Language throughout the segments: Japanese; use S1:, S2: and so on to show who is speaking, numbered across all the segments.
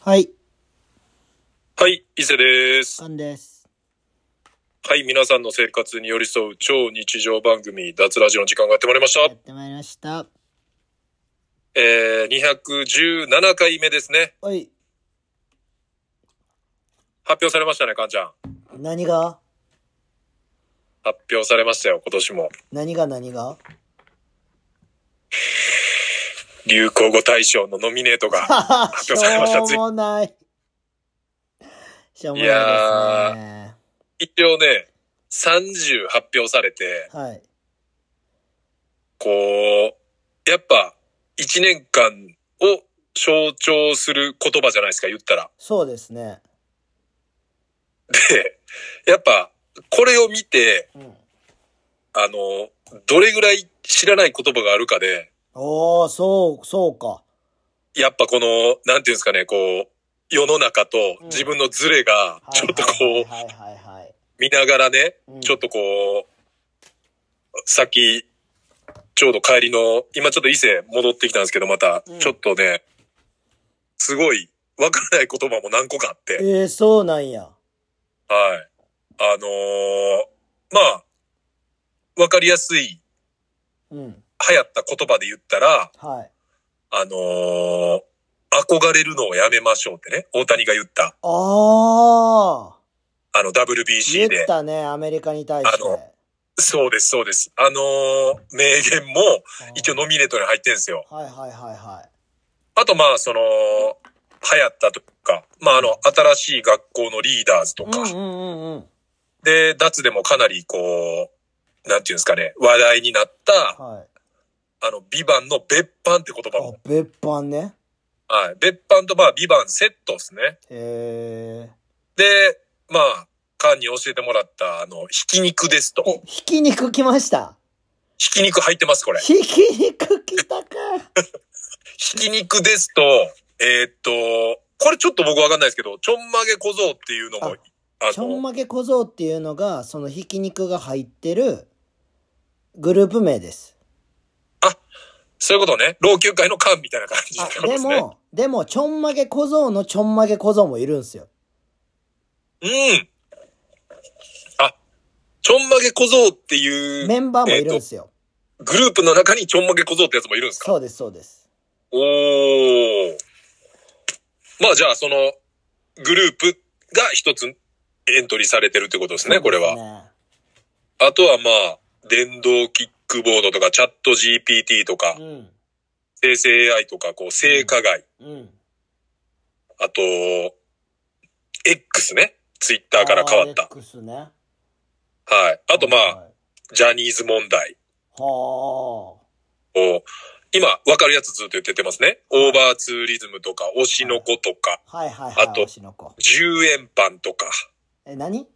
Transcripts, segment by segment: S1: はい、
S2: はい、伊勢です。
S1: カンです。
S2: はい、皆さんの生活に寄り添う超日常番組、脱ラジオの時間がやってまいりまし
S1: や
S2: た
S1: っ。てまいりました。
S2: えー、217回目ですね。
S1: おい、
S2: 発表されましたね、かんちゃん。
S1: 何が
S2: 発表されましたよ、今年も。
S1: 何が何が
S2: 流行語大賞のノミネー トが。
S1: し
S2: 表されました
S1: ょうもない。しょうもない
S2: いや
S1: ですね。
S2: 一応ね、30発表されて、
S1: はい。
S2: こう、やっぱ、1年間を象徴する言葉じゃないですか、言ったら。
S1: そうですね。
S2: で、やっぱ、これを見て、
S1: うん、
S2: あの、どれぐらい知らない言葉があるかで、
S1: おー、そう、そうか。
S2: やっぱこの、なんていうんですかね、こう、世の中と自分のズレが、ちょっとこ、
S1: はいはいうはいはいはい。
S2: 見ながらね、
S1: うん
S2: ちょっとこう、さっき、ちょうど帰りの、今ちょっと伊勢戻ってきたんですけど、また
S1: うん、
S2: ちょっとね、すごい、わからない言葉も何個かあって、
S1: えー、そうなんや。
S2: はい。あのーまあ、わかりやすい、
S1: うん。
S2: 流行った言葉で言ったら、
S1: はい。
S2: あのー憧れるのをやめましょうってね、大谷が言った、
S1: あー。
S2: あの
S1: 言
S2: WBC
S1: っ
S2: で。
S1: たね、アメリカに対して。
S2: あそうです、そうです。あのー名言も一応ノミネートに入ってるんですよ。
S1: はいはいはいはい。
S2: あとまあ、その、流行ったとか、まああの、新しい学校のリーダーズとか、
S1: うんうんうんうん。
S2: で、脱でもかなりこう、なんていうんですかね、話題になった、
S1: はい。
S2: あの、ビバンの別版って言葉
S1: あ
S2: も、、
S1: 別版ね。
S2: はい、別版とまあ、ビバンセットですね。
S1: へえ。
S2: で、まあ、カンに教えてもらった、あの、ひき肉ですと。
S1: お、ひき肉来ました。
S2: ひき肉入ってます、これ。
S1: ひき肉来たか。
S2: ひき肉ですと、えーっと、これちょっと僕わかんないですけど、ちょんまげ小僧っていうのも、あ
S1: ちょん
S2: の、
S1: まげ小僧っていうのが、そのひき肉が入ってるグループ名です。
S2: そういうことね、老朽会の缶みたいな感じって
S1: あ、
S2: こと
S1: で
S2: ですね。
S1: も、でも、ちょんまげ小僧のちょんまげ小僧もいるんすよ。
S2: うん。あ、ちょんまげ小僧っていう
S1: メンバーもいるんすよ。
S2: グループの中にちょんまげ小僧ってやつもいるんですか
S1: そうです、そうです。
S2: おー。まあじゃあ、その、グループが一つエントリーされてるってことですね、これは。
S1: は。
S2: あとはまあ、電動キックボードとか、チャット GPT とか
S1: う、ん。
S2: 生成 AI とか、こう、性加害、
S1: うん。
S2: あと、X ね、ツイッターから変わった。
S1: X ね。
S2: はい。あとまあ、
S1: はい。
S2: ジャニーズ問題
S1: は
S2: を、今、わかるやつずっと言っててますね。オーバーツーリズムとか、推しの子とか、
S1: あ。はいはいはい。
S2: あと
S1: 推しの子。
S2: 10円パンとか。
S1: え、何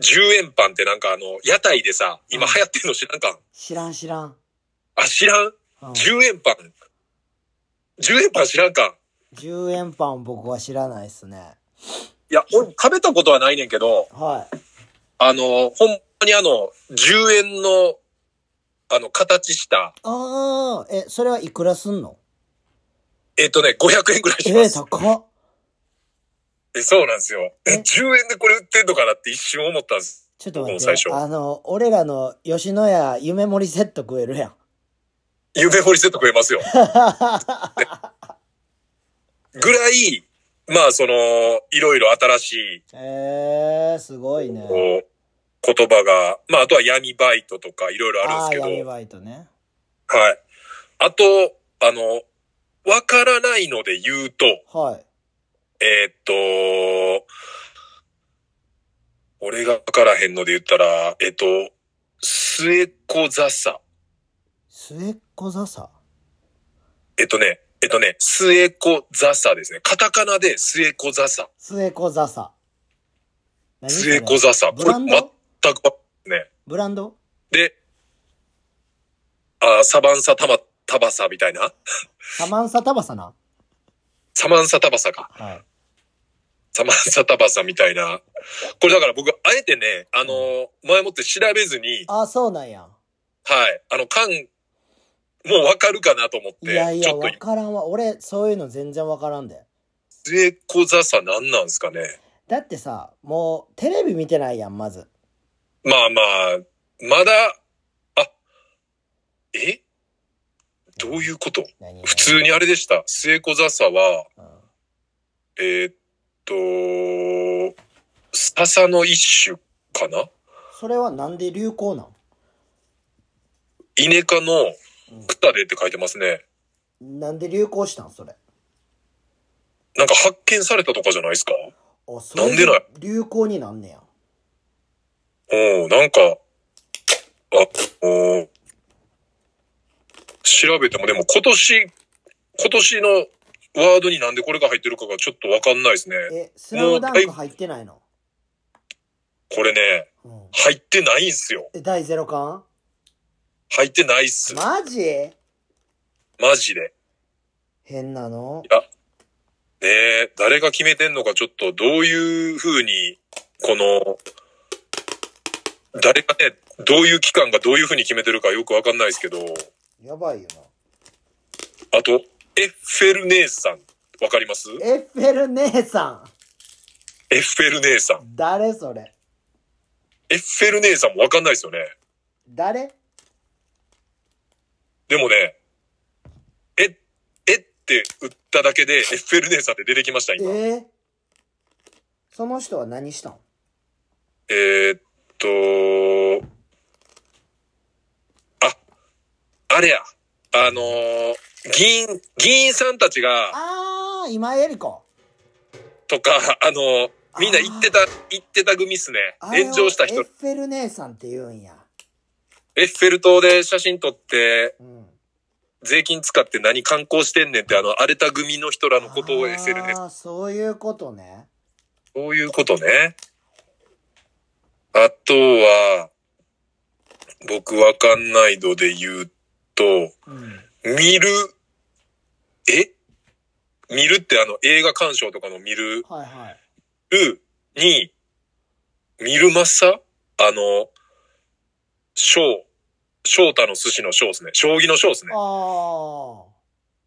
S2: 10円パンってなんかあの、屋台でさ、今流行ってるの知らんか
S1: 知らん知らん。
S2: あ、知らん
S1: うん、
S2: ?10 円パン。10円パン知らんか
S1: 10円パン僕は知らないっすね。
S2: いや、俺食べたことはないねんけど、
S1: はい。
S2: あの、ほんまにあの、10円の、あの、形した、
S1: ああ、え、それはいくらすんの
S2: えっ、とね、500円ぐらい
S1: え
S2: しま
S1: ー、
S2: す。
S1: 高っ。
S2: えそうなんですよ。
S1: え
S2: え、10円でこれ売ってんのかなって一瞬思ったんです。
S1: ちょっと
S2: もう
S1: 待っ
S2: 最
S1: て、
S2: 初
S1: あの、俺らの吉野家夢盛りセット食えるやん。
S2: 夢掘りセット食 えますよ。ぐらい、まあその、いろいろ新しい、
S1: えー、すごいね。
S2: こう、言葉が、まああとは闇バイトとかいろいろあ
S1: ああー、
S2: るんです
S1: 闇
S2: けど、
S1: バイトね。
S2: はい。あと、あの、わからないので言うと、
S1: はい。
S2: えーっと、俺がわからへんので言ったら、えっと、末っ子座さ。
S1: 末っ子座さ。
S2: えっとね、えっとね、末っ子座さですね。カタカナで末っ子座さ。
S1: 末っ子座さ。何それ
S2: 末っ子座さ。こ
S1: ブ
S2: れ
S1: ラン
S2: 全
S1: ド
S2: くわかんないね。
S1: ブランド
S2: で、あーサバンサタマ、タバサみたいな。
S1: サマンサタバサな。
S2: サマンサタバサか。
S1: はい。
S2: サマンサタバサみたいな。これだから僕、あえてね、あのー前もって調べずに、
S1: ああ、そうなんや。
S2: はい。あの、缶、もうわかるかなと思って。
S1: いやいや、
S2: ちょっ
S1: わ
S2: と、
S1: からんわ。俺、そういうの全然わからんで。
S2: 末っ子座さ何なんすかね。
S1: だってさ、もうテレビ見てないやん、まず。
S2: まあまあ、まだ、あ、えどういうこと
S1: 何
S2: 普通にあれでした。末っ子座さは、
S1: うん
S2: えーっと、笹の一種かな
S1: それはなんで流行なん
S2: イネ科のクタデって書いてますね。
S1: なんで流行したんそれ。
S2: なんか発見されたとかじゃないですか
S1: あ、それ
S2: なんでない
S1: 流行になんねや。
S2: うん、なんか、あ、お調べてもでも今年、今年のワードになんでこれが入ってるかがちょっとわかんないですね。
S1: え、スラムダンク入ってないの、
S2: これね、
S1: うん、
S2: 入ってないんすよ。
S1: え、第0巻
S2: 入ってないっす。
S1: マジ
S2: マジで。
S1: 変なの
S2: ねえ、誰が決めてんのかちょっとどういう風に、この、誰がね、どういう機関がどういう風に決めてるかよくわかんないですけど、
S1: やばいよ
S2: あと、エッフェル姉さん、わかります
S1: な。エッフェル姉さ
S2: エッフェル姉さん。
S1: ん誰それ
S2: エッフェル姉さんもわかんないですよね。
S1: 誰
S2: でもね、え、えって打っただけでエッフェル姉さんって出てきました、
S1: え
S2: 今。え
S1: ーその人は何したん
S2: ー、っと、あ、あれや、あのー議員、議員さんたちが、
S1: あー、今エリコ。
S2: とか、あのーみんな言ってた、言ってた組っすね。
S1: あれを
S2: 炎上した人
S1: エッ。フェル姉さんって言うんや。
S2: エッフェル塔で写真撮って、
S1: うん。
S2: 税金使って何観光してんねんって、あの、荒れた組の人らのことをエッフェル姉さん
S1: あー、そういうことね。
S2: そういうことね。あとは、僕わかんない度で言うと、
S1: うん。
S2: 見る、え見るってあの映画鑑賞とかの見る
S1: はいはい。
S2: に、見るマッサあの、翔、翔太の寿司の翔ですね。将棋の翔ですね
S1: あ。ー。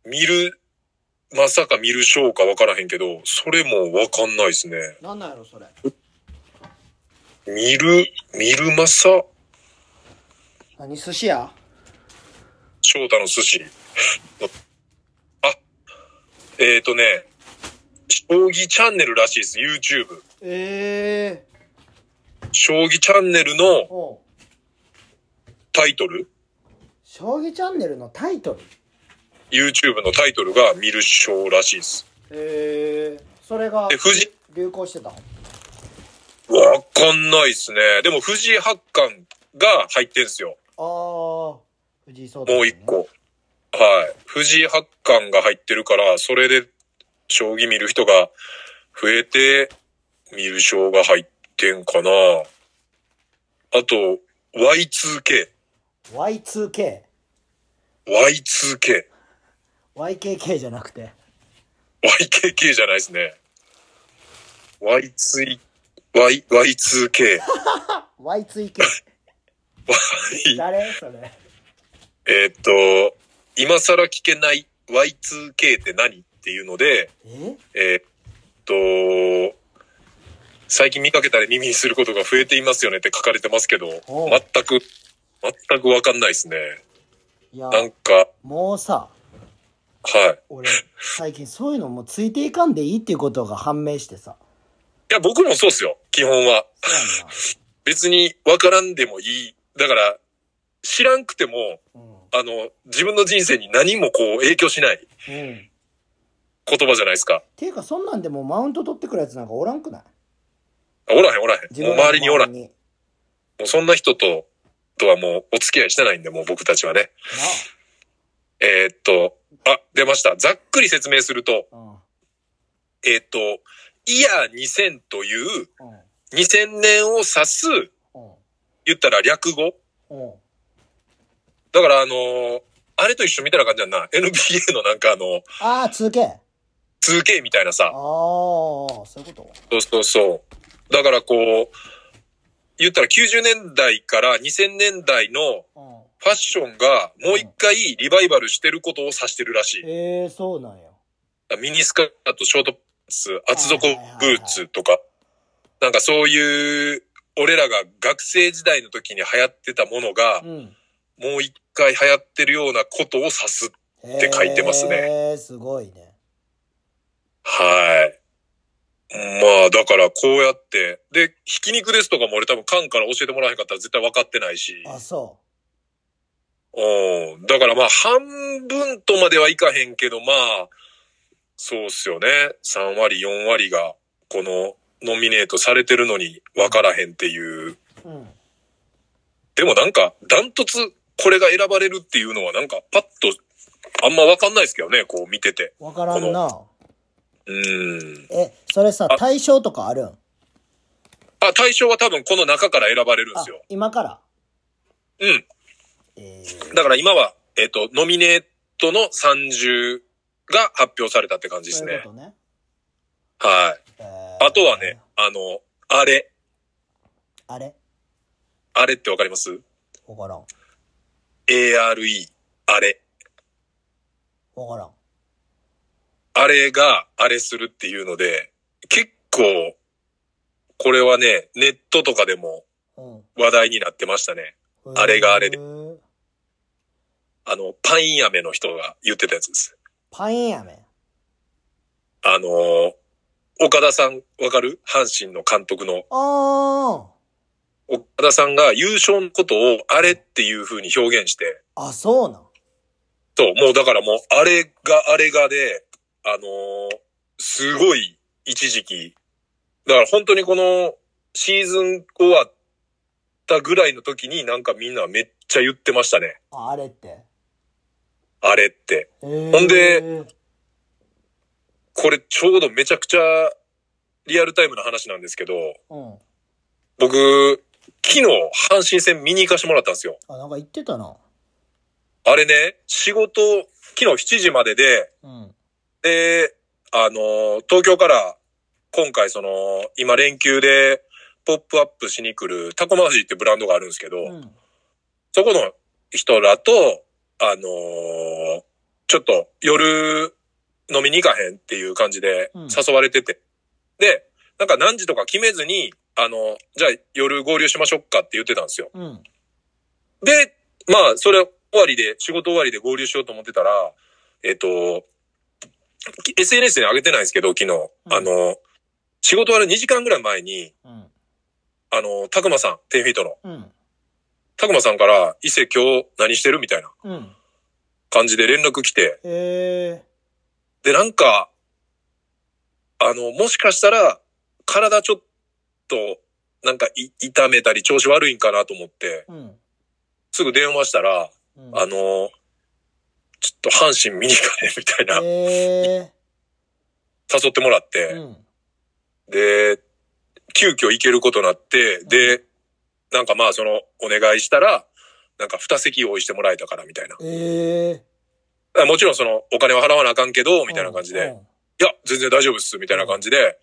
S2: 見る、まさか見る翔かわからへんけど、それもわかんないですね。
S1: なんなんやろそれ。
S2: 見る、見るマッサ
S1: 何寿司屋
S2: 翔太の寿司。あ、えっ、ー、とね、将棋チャンネルらしいです、YouTube。
S1: ええ
S2: 将棋チャンネルの
S1: ー。おう
S2: タイトル、
S1: 将棋チャンネルのタイトル
S2: YouTube のタイトルが見る将らしいです。
S1: ええそれが
S2: え藤井
S1: 流行してたの
S2: わかんないですね。でも藤井八冠が入ってんすよ。
S1: ああ藤井聡太、
S2: もう一個。はい。藤井八冠が入ってるから、それで将棋見る人が増えて、見る将が入ってんかな。あと、Y2K。
S1: Y2KYKK
S2: Y2K。
S1: YKK じゃなくて
S2: YKK じゃないですね。Y2、Y、Y2K。
S1: Y2K 誰それ
S2: えーっと、今更聞けない Y2K って何っていうので、
S1: え
S2: えーっと、最近見かけたり耳にすることが増えていますよねって書かれてますけど、
S1: おう
S2: 全く、全くわかんないですね。
S1: いや
S2: なんか、
S1: もうさ
S2: はい。
S1: 俺最近そういうのもうついていかんでいいっていうことが判明してさ
S2: いや、僕もそうっすよ、基本は。
S1: そ
S2: 別にわからんでもいい。だから、知らんくても、
S1: うやんな
S2: あの、自分の人生に何もこう影響しない
S1: うん、うん、っ
S2: 言葉じゃないですか。
S1: ていうかそんなんでもうマウント取ってくるやつなんかおらんくない
S2: あおらへんおらへん。もう周りにおらん。も
S1: に
S2: うそんな人と、とはもうお付き合いしてないんで、もう僕たちはね。えーっと、あ、出ました。ざっくり説明すると、
S1: なあ
S2: えーっと、イヤー2000という
S1: うんうん
S2: 2000年を指す、
S1: う
S2: 言ったら略語。
S1: んうん
S2: だからあのーあれと一緒みたいな感じやんな。NBA のなんかあの、
S1: ああ 2K
S2: 2K みたいなさ
S1: ああ。そういうこと
S2: そうそうそう。だからこう、言ったら90年代から2000年代の
S1: うん
S2: ファッションがもう一回リバイバルしてることを指してるらしい。
S1: ええそうなんや
S2: ミニスカート、ショートス、厚底ブーツとか、なんかそういう、俺らが学生時代の時に流行ってたものが、
S1: うん。
S2: もう一回流行ってるようなことを指す。
S1: って
S2: 書いてますね
S1: すごいね。
S2: はい。まあ、だからこうやって、で、ひき肉ですとかも俺多分缶から教えてもらえへんかったら絶対分かってないし、
S1: あ、そ
S2: うん。だからまあ、半分とまではいかへんけど、まあ、そうっすよね。3割、4割が、この、ノミネートされてるのに分からへんっていう。
S1: う。うん。
S2: でもなんか、ダントツ、これが選ばれるっていうのはなんか、パッと、あんま分かんないですけどね、こう見てて。
S1: わからんな。
S2: うん。
S1: え、それさ
S2: あ、
S1: 対象とかあるん
S2: あ、対象は多分この中から選ばれるんで
S1: あ
S2: すよ。、
S1: 今から
S2: うん。
S1: え
S2: だから今は、えっ、と、ノミネートの30が発表されたって感
S1: ー、
S2: じです
S1: そういう
S2: ね
S1: こ。とね。
S2: はい。
S1: えー
S2: あとはね、。あの、あれ、
S1: あれ
S2: あれってわかります
S1: わからん。
S2: ?ARE、あれ。
S1: わからん。
S2: あれが、あれするっていうので、結構、これはね、ネットとかでも
S1: うん。
S2: 話題になってましたね。あれがあれで
S1: へー
S2: あの、パイン飴の人が言ってたやつです。
S1: パイン飴。
S2: あのー岡田さん、わかる阪神の監督の
S1: あ
S2: 岡田さんが優勝のことをあれっていう風に表現して、
S1: あ。あ、そうなん。
S2: そう、もうだからもう、あれがあれがで、あのーすごい一時期、だから本当にこのシーズン終わったぐらいの時になんかみんなめっちゃ言ってましたね。
S1: ああれって。
S2: あれって。
S1: ほ
S2: んで、これちょうどめちゃくちゃリアルタイムな話なんですけど、
S1: うん。
S2: 僕、昨日阪神戦見に行かしてもらったんですよ。
S1: あ、なんか言ってたな。
S2: あれね、仕事、昨日7時までで、
S1: うん。
S2: で、あの、東京から今回その、今連休でポップアップしに来るタコマジってブランドがあるんですけど、
S1: うん。
S2: そこの人らと、あのちょっと夜飲みに行かへんっていう感じで
S1: うん
S2: 誘われてて、で、なんか何時とか決めずに、あの、じゃあ夜合流しましょうかって言ってたんですよ。
S1: うん。
S2: で、まあ、それ終わりで、仕事終わりで合流しようと思ってたら、えっと、き SNS に上げてないんですけど、昨日、
S1: ん
S2: あの、仕事終わる2時間ぐらい前に、
S1: うん。
S2: あの、たくまさん、10フィートの、
S1: うん。
S2: たくまさんから、伊勢今日何してるみたいな
S1: うん。
S2: 感じで連絡来て、
S1: え
S2: で、なんか、あの、もしかしたら、体ちょっと、なんかい、痛めたり調子悪いんかなと思って、
S1: ー。うん。
S2: すぐ電話したら、
S1: うん
S2: あの、ちょっと阪神見に行かねみたいな、
S1: え
S2: 誘ってもら
S1: ー。
S2: って、
S1: うん。
S2: で、急遽行けることになって、で、なんかまあその、お願いしたら、なんか二席用意してもらえたからみたいな。
S1: えー。
S2: あもちろんその、お金は払わなあかんけど、みたいな感じで、
S1: うん。
S2: いや、全然大丈夫っす、みたいな感じで、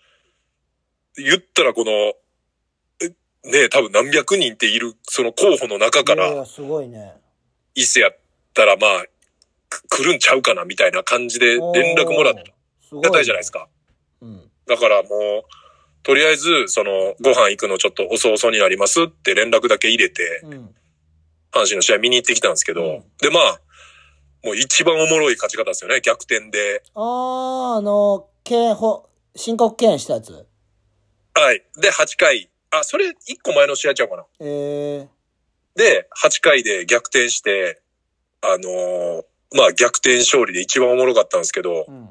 S2: 言ったらこの、えねえ、多分何百人っている、その候補の中か
S1: いやい
S2: ら、
S1: やすごいね。
S2: 伊勢やったらまあ、く来るんちゃうかな、みたいな感じで連絡もらっ
S1: すご
S2: たいじゃないです
S1: か。
S2: か。
S1: うん。
S2: だからもう、とりあえず、その、ご飯行くのちょっと遅々になりますって連絡だけ入れて、
S1: うん。
S2: 阪神の試合見に行ってきたんですけど、
S1: うん
S2: で、まあ、もう一番おもろい勝ち方ですよね、逆転で。
S1: あー、あの、刑法、申告敬遠したやつ。
S2: はい。で、8回。あ、それ1個前の試合ちゃうかな。
S1: え
S2: で、8回で逆転して、あのーまあ逆転勝利で一番おもろかったんですけど
S1: ー。う、ん。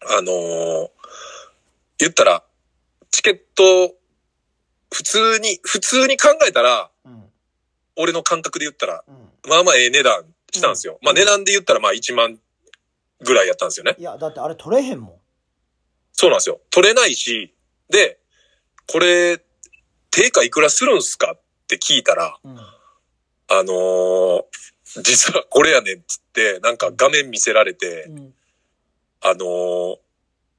S2: あのー言ったら、チケット、普通に、普通に考えたら、
S1: うん。
S2: 俺の感覚で言ったら、
S1: うん。
S2: まあまあええ値段したんですよ。
S1: うん
S2: まあ値段で言ったらまあ1万ぐらいやったんですよね。
S1: いや、だってあれ取れへんもん。
S2: そうなんですよ。取れないし、で、これ、定価いくらするんすかって聞いたら、
S1: うん。
S2: あのー実はこれやねんっつって、なんか画面見せられて、
S1: うん。
S2: あのー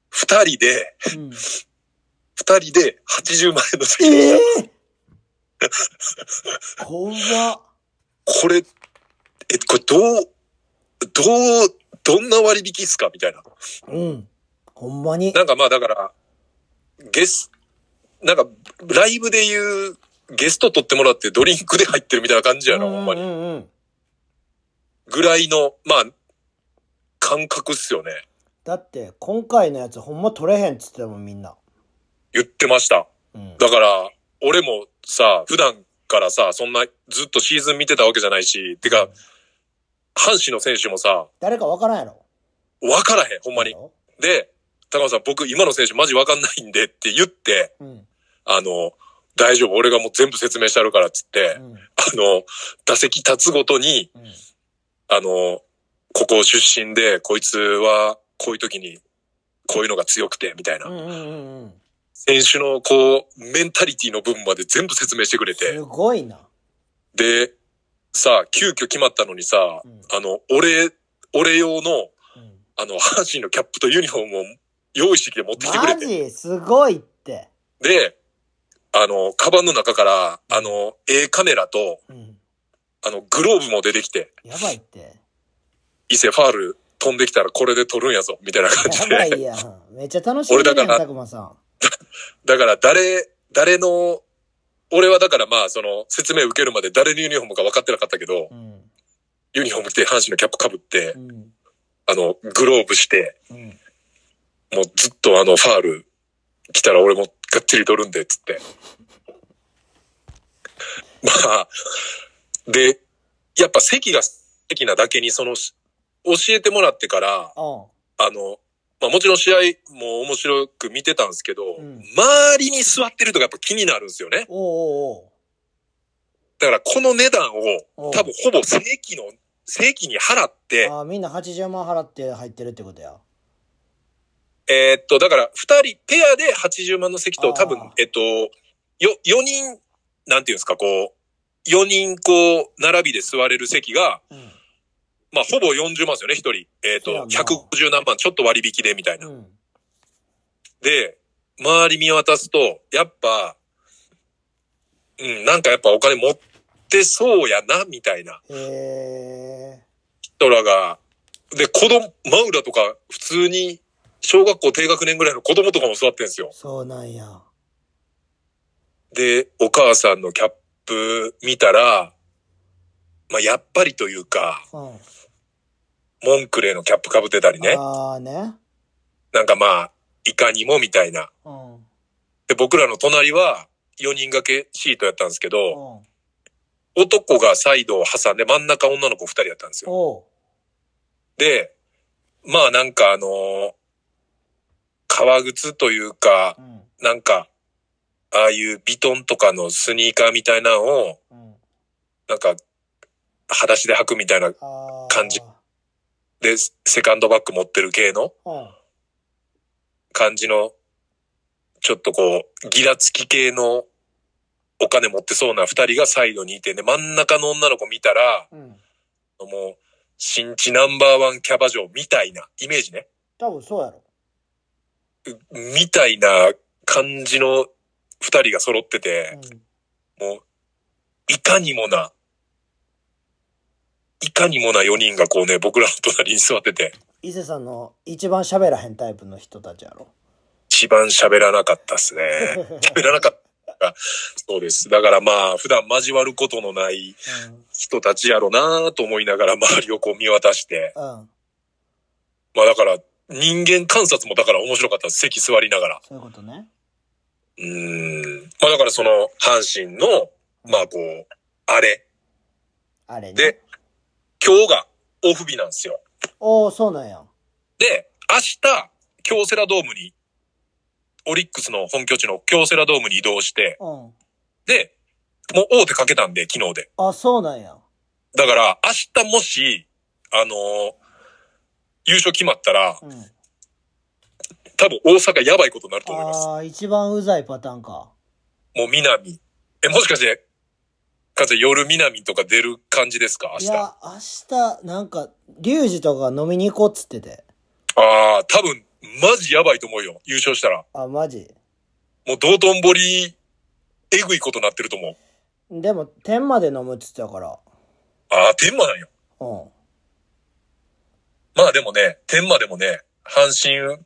S2: 二人で、
S1: うん、
S2: 二人で80万円の席でし
S1: え
S2: た。
S1: えー、怖っ。
S2: これ、え、これどう、どう、どんな割引っすかみたいな。
S1: うん。ほんまに。
S2: なんかまあだから、ゲス、なんかライブで言うゲスト取ってもらってドリンクで入ってるみたいな感じやな、ほんま
S1: う
S2: に。
S1: んうん。
S2: ぐらいの、まあ、感覚っすよね。
S1: だって、今回のやつほんま取れへんっつってたもん、みんな。
S2: 言ってました。
S1: うん。
S2: だから、俺もさ、普段からさ、そんなずっとシーズン見てたわけじゃないし、てか、阪神の選手もさ、
S1: 誰かわからんやろ。
S2: わからへん、ほんまに。で、高野さん、僕今の選手マジわかんないんでって言って、
S1: うん。
S2: あの、大丈夫、俺がもう全部説明してあるからっつって
S1: う、ん。
S2: あの、打席立つごとに、
S1: うん。
S2: あの、ここ出身で、こいつはこういう時に、こういうのが強くて、みたいな。
S1: うんうんうんうん。
S2: 選手のこう、メンタリティの部分まで全部説明してくれて
S1: す。ごいな。
S2: で、さあ、急遽決まったのにさ、
S1: うん
S2: あの、俺、俺用の、
S1: うん
S2: あの、阪神のキャップとユニフォームを用意してきて持ってきてくれ
S1: マ
S2: て。
S1: ジすごいって。
S2: で、あの、カバンの中から、あの、A カメラと、
S1: うん。
S2: あの、グローブも出てきて、
S1: やばいって。
S2: 伊勢ファール飛んできたらこれで取るんやぞ、みたいな感じ
S1: やば
S2: で。
S1: いや ん。めっちゃ楽しみだ
S2: 俺だ
S1: ね、
S2: から
S1: たくまさん。
S2: だから誰、誰の、俺はだからまあ、その、説明受けるまで誰のユニフォームか分かってなかったけど
S1: う、ん。
S2: ユニフォーム着て阪神のキャップ被って
S1: う、ん。
S2: あの、グローブして、
S1: うん。
S2: もうずっとあの、ファール来たら俺もがっちり取るんで、つって。 まあ、で、やっぱ席が席なだけに、その、教えてもらってから、
S1: お
S2: あの、まあもちろん試合も面白く見てたんですけど、
S1: うん
S2: 周りに座ってるとかやっぱ気になるんですよね。
S1: おう
S2: だからこの値段
S1: お
S2: を
S1: う
S2: 多分ほぼ正規の、正規に払っ
S1: おうお
S2: て
S1: う。、ああ、みんな80万払って入ってるってことや。
S2: えーっと、だから二人ペアで80万の席と多分
S1: あー、
S2: えっと、よ、4人、なんていうんですか、こう、4人こう、並びで座れる席が、
S1: うん。
S2: まあほぼ40万ですよね、一人。えーっ
S1: そうやな、
S2: と150何万ちょっと割引でみたいな
S1: う。ん。
S2: で、周り見渡すと、やっぱ、うん、なんかやっぱお金持ってそうやな、みたいな
S1: へえ。
S2: 人らが。で、子供、マウラとか普通に小学校低学年ぐらいの子供とかも座ってんですよ。
S1: そうなんや。
S2: で、お母さんのキャップ見たら、まあやっぱりというか、
S1: うん。
S2: モンクレーのキャップ被ってたりね。
S1: ああね。
S2: なんかまあ、いかにもみたいな。
S1: うん。うん。
S2: で、僕らの隣は4人掛けシートやったんですけど、男がサイドを挟んで真ん中女の子二人だったんですよ。
S1: おう。
S2: で、まあなんかあのー革靴というか
S1: う、ん。
S2: なんか、ああいうビトンとかのスニーカーみたいなのを、
S1: うん。
S2: なんか、裸足で履くみたいな、
S1: ああ。
S2: 感じで、セカンドバッグ持ってる系の
S1: うん。
S2: 感じの、ちょっとこう、ギラつき系のお金持ってそうな二人がサイドにいて、で、真ん中の女の子見たら、
S1: うん。
S2: もう、新地ナンバーワンキャバ嬢みたいな、イメージね。
S1: 多分そうやろ。
S2: みたいな感じの二人が揃ってて、
S1: う
S2: もう、いかにもな、いかにもな4人がこうね、僕らの隣に座ってて、
S1: ん。伊勢さんの一番喋らへんタイプの人たちやろ。
S2: 一番喋らなかったっすね。喋らなかった。そうです。だからまあ、普段交わることのない
S1: うん。
S2: 人たちやろなと思いながら周りをこう見渡して、
S1: うん。
S2: まあだから、人間観察もだから面白かったです。席座りながら。
S1: そういうことね。
S2: うーん。まあだからその、阪神の、まあこう、あれ、
S1: あれね。
S2: で、今日がオフ日なんですよ。
S1: おお、そうなんや。
S2: で、明日、京セラドームに、オリックスの本拠地の京セラドームに移動して、
S1: うん。
S2: で、もう大手かけたんで、昨日で。
S1: あ、そうなんや。
S2: だから、明日もし、あのー優勝決まったら、
S1: うん。
S2: 多分大阪やばいことになると思います。
S1: ああ、一番うざいパターンか。
S2: もう南。え、もしかして、かつて夜南とか出る感じですか明
S1: い
S2: 日。あ
S1: や、明日、なんか、リュウジとかが飲みに行こうっつってて。
S2: あー、多分、マジやばいと思うよ。優勝したら。
S1: あ、マジ。
S2: もう道頓堀、えぐいことになってると思う。
S1: でも、天まで飲むっつってたから。
S2: ああ、天満なんよ。
S1: うん。
S2: まあでもね、天満でもね、阪神フ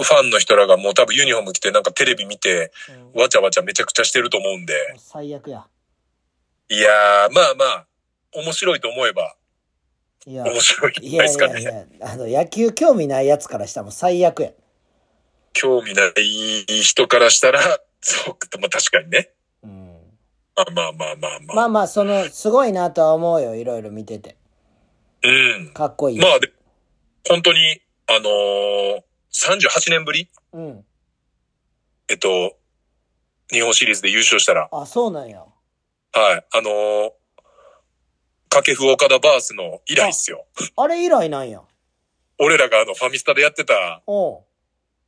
S2: ァンの人らがもう多分ユニフォーム着てなんかテレビ見て、
S1: うん
S2: わちゃわちゃめちゃくちゃしてると思うんで。
S1: 最悪や。
S2: いやー、まあまあ、面白いと思えば、
S1: いや、
S2: 面白いん
S1: い
S2: じゃ
S1: や
S2: ないで
S1: い
S2: すか
S1: や
S2: ね。
S1: いや、あの、野球興味ないやつからしたらもう最悪や。
S2: 興味ない人からしたら、そうか、まあ確かにね。
S1: うん。
S2: まあまあまあまあまあ。
S1: まあまあ、その、すごいなとは思うよ。いろいろ見てて。
S2: うん。
S1: かっこいい。
S2: まあで、本当に、あのー38年ぶり
S1: うん。
S2: えっと、日本シリーズで優勝したら、
S1: あ、そうなんや。
S2: はい、あのー、掛布岡田バースの以来っすよ。
S1: あれ以来なんや。
S2: 俺らがあの、ファミスタでやってた、
S1: おう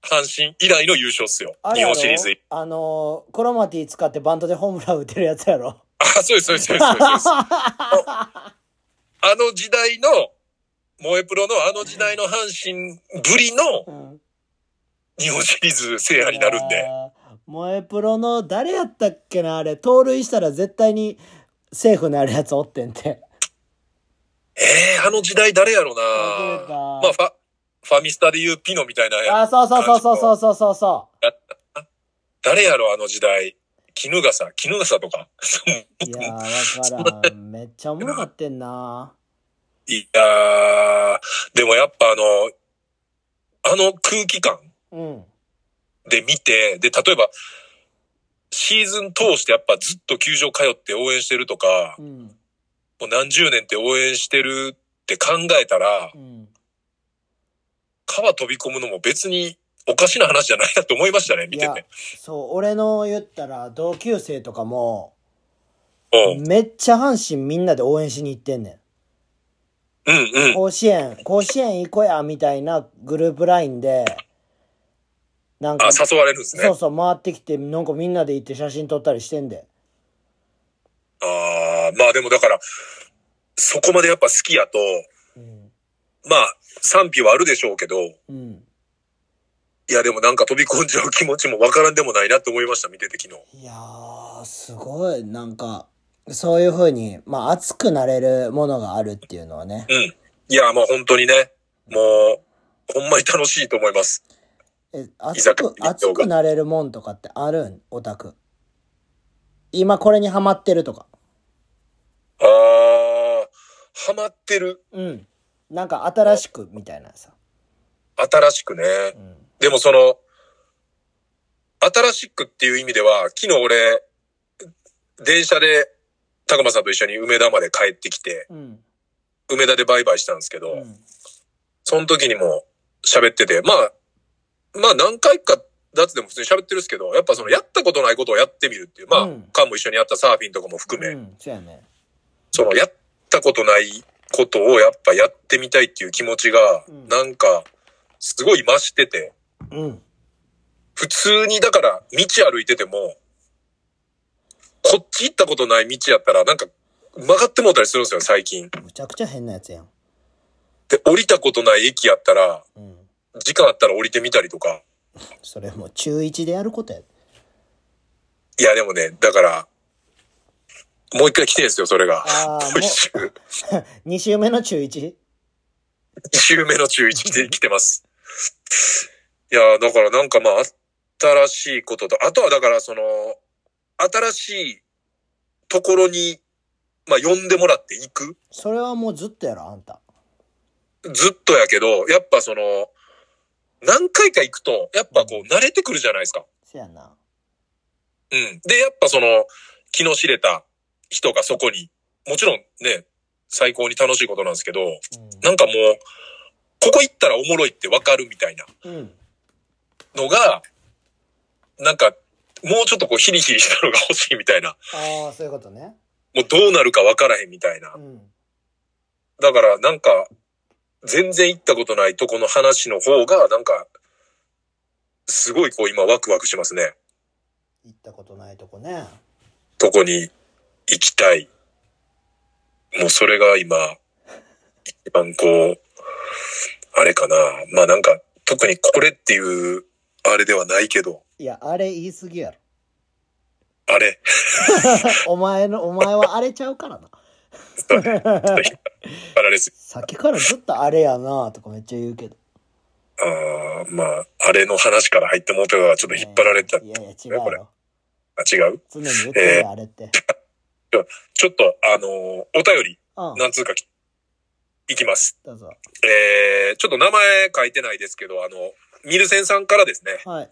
S2: 阪神以来の優勝っすよ
S1: あ。れ
S2: 日
S1: やろ
S2: 本シリーズ。
S1: あのー、クロマティ使ってバントでホームラン打てるやつやろ。
S2: あ、そうです、そうです、そうです。そう ですあの時代の、萌えプロのあの時代の阪神ぶりの
S1: うん。
S2: 日本シリーズ制覇になるん
S1: い
S2: で。
S1: やー。萌えプロの誰やったっけな、あれ。盗塁したら絶対にセーフなるやつおってんて。
S2: えー、あの時代誰やろうな
S1: 忘れた
S2: まあ、ファ、ファミスタでいうピノみたいなや
S1: あ、そうそうそうそうそうそうそうそ
S2: 誰やろあの時代。絹笠、絹笠とか。
S1: う。いやー、わからん。めっちゃおもろかってんな。
S2: いやー、でもやっぱあの、あの空気感
S1: うん。
S2: で見て、で、例えば、シーズン通してやっぱずっと球場通って応援してるとか
S1: う、ん。
S2: もう何十年って応援してるって考えたら
S1: う、ん。
S2: 川飛び込むのも別におかしな話じゃないなと思いましたね、見
S1: い
S2: て
S1: や
S2: て。、
S1: そう、俺の言ったら同級生とかも、
S2: うん、
S1: めっちゃ阪神みんなで応援しに行ってんねん。
S2: うん、うん。
S1: 甲子園、甲子園行こや、みたいなグループラインで、なん
S2: あ
S1: か、、
S2: 誘われるんですね。
S1: そうそう、回ってきて、なんかみんなで行って写真撮ったりしてんで。
S2: ああ、まあでもだから、そこまでやっぱ好きやと、
S1: うん。
S2: まあ賛否はあるでしょうけど、
S1: うん。
S2: いやでもなんか飛び込んじゃう気持ちもわからんでもないなと思いました、見てて昨日。
S1: いやー、すごい、なんか、そういう風に、まあ、熱くなれるものがあるっていうのはね。
S2: うん。いや、まあ本当にね、もう、ほんまに楽しいと思います。
S1: え、
S2: 居
S1: 熱
S2: 酒屋
S1: く
S2: に、行った
S1: 熱
S2: 方が
S1: くなれるもんとかってあるんオタク。今これにハマってるとか。
S2: ああ、ハマってる。
S1: うん。なんか新しく、みたいなさ。
S2: 新しくね。
S1: うん。
S2: でもその、新しくっていう意味では、昨日俺、電車で、高間さんと一緒に梅田まで帰ってきて、
S1: うん。
S2: 梅田でバイバイしたんですけど、
S1: うん。
S2: その時にも喋ってて、まあ、まあ何回かだつでも普通に喋ってるんですけど、やっぱそのやったことないことをやってみるっていう、まあ、
S1: うん
S2: カンも一緒にやったサーフィンとかも含め、
S1: うん、そうやね。
S2: そのやったことないことをやっぱやってみたいっていう気持ちが
S1: うん、
S2: なんか、すごい増してて、
S1: うん。
S2: 普通にだから道歩いてても、こっち行ったことない道やったら、なんか曲がってもうたりするんですよ、最近。
S1: むちゃくちゃ変なやつやん。
S2: で、降りたことない駅やったら、
S1: うん。
S2: 時間あったら降りてみたりとか。
S1: それもう中1でやることや。
S2: いや、でもね、だから、もう一回来てんですよ、それが
S1: あー。
S2: 今 週、
S1: 2週目の中 1?
S2: 2週目の中1来て、来てます。いやー、だからなんかまあ、新しいことと、あとはだからその、新しいところに、まあ、呼んでもらっていく。
S1: それはもうずっとやろ、あんた。
S2: ずっとやけど、やっぱその、何回か行くと、やっぱこう、慣れてくるじゃないですか。
S1: せやな。
S2: うん。で、やっぱその、気の知れた人がそこに、もちろんね、最高に楽しいことなんですけど、なんかもう、ここ行ったらおもろいってわかるみたいな
S1: うん。うん。
S2: のが、なんか、もうちょっとこうヒリヒリしたのが欲しいみたいな。
S1: ああ、そういうことね。
S2: もうどうなるかわからへんみたいな
S1: う。ん。
S2: だからなんか、全然行ったことないとこの話の方が、なんか、すごいこう今ワクワクしますね。
S1: 行ったことないとこね。
S2: とこに行きたい。もうそれが今、一番こう、あれかな。まあなんか、特にこれっていう、あれではないけど、
S1: いや、あれ言い過ぎやろ。
S2: あれ。
S1: お前の、お前はあれちゃうからな。
S2: あれです。
S1: さっきからずっとあれやなとかめっちゃ言うけど。
S2: あーまあ、あれの話から入ってもうたからちょっと引っ張られてた。
S1: いやいや、違うよ。
S2: あ違う
S1: 常に言ってるよ、あれって。
S2: ちょっと、あのーお便り、
S1: うん。
S2: 何通かき、いきます。
S1: どうぞ。
S2: えー、ちょっと名前書いてないですけど、あの、ミルセンさんからですね。
S1: はい。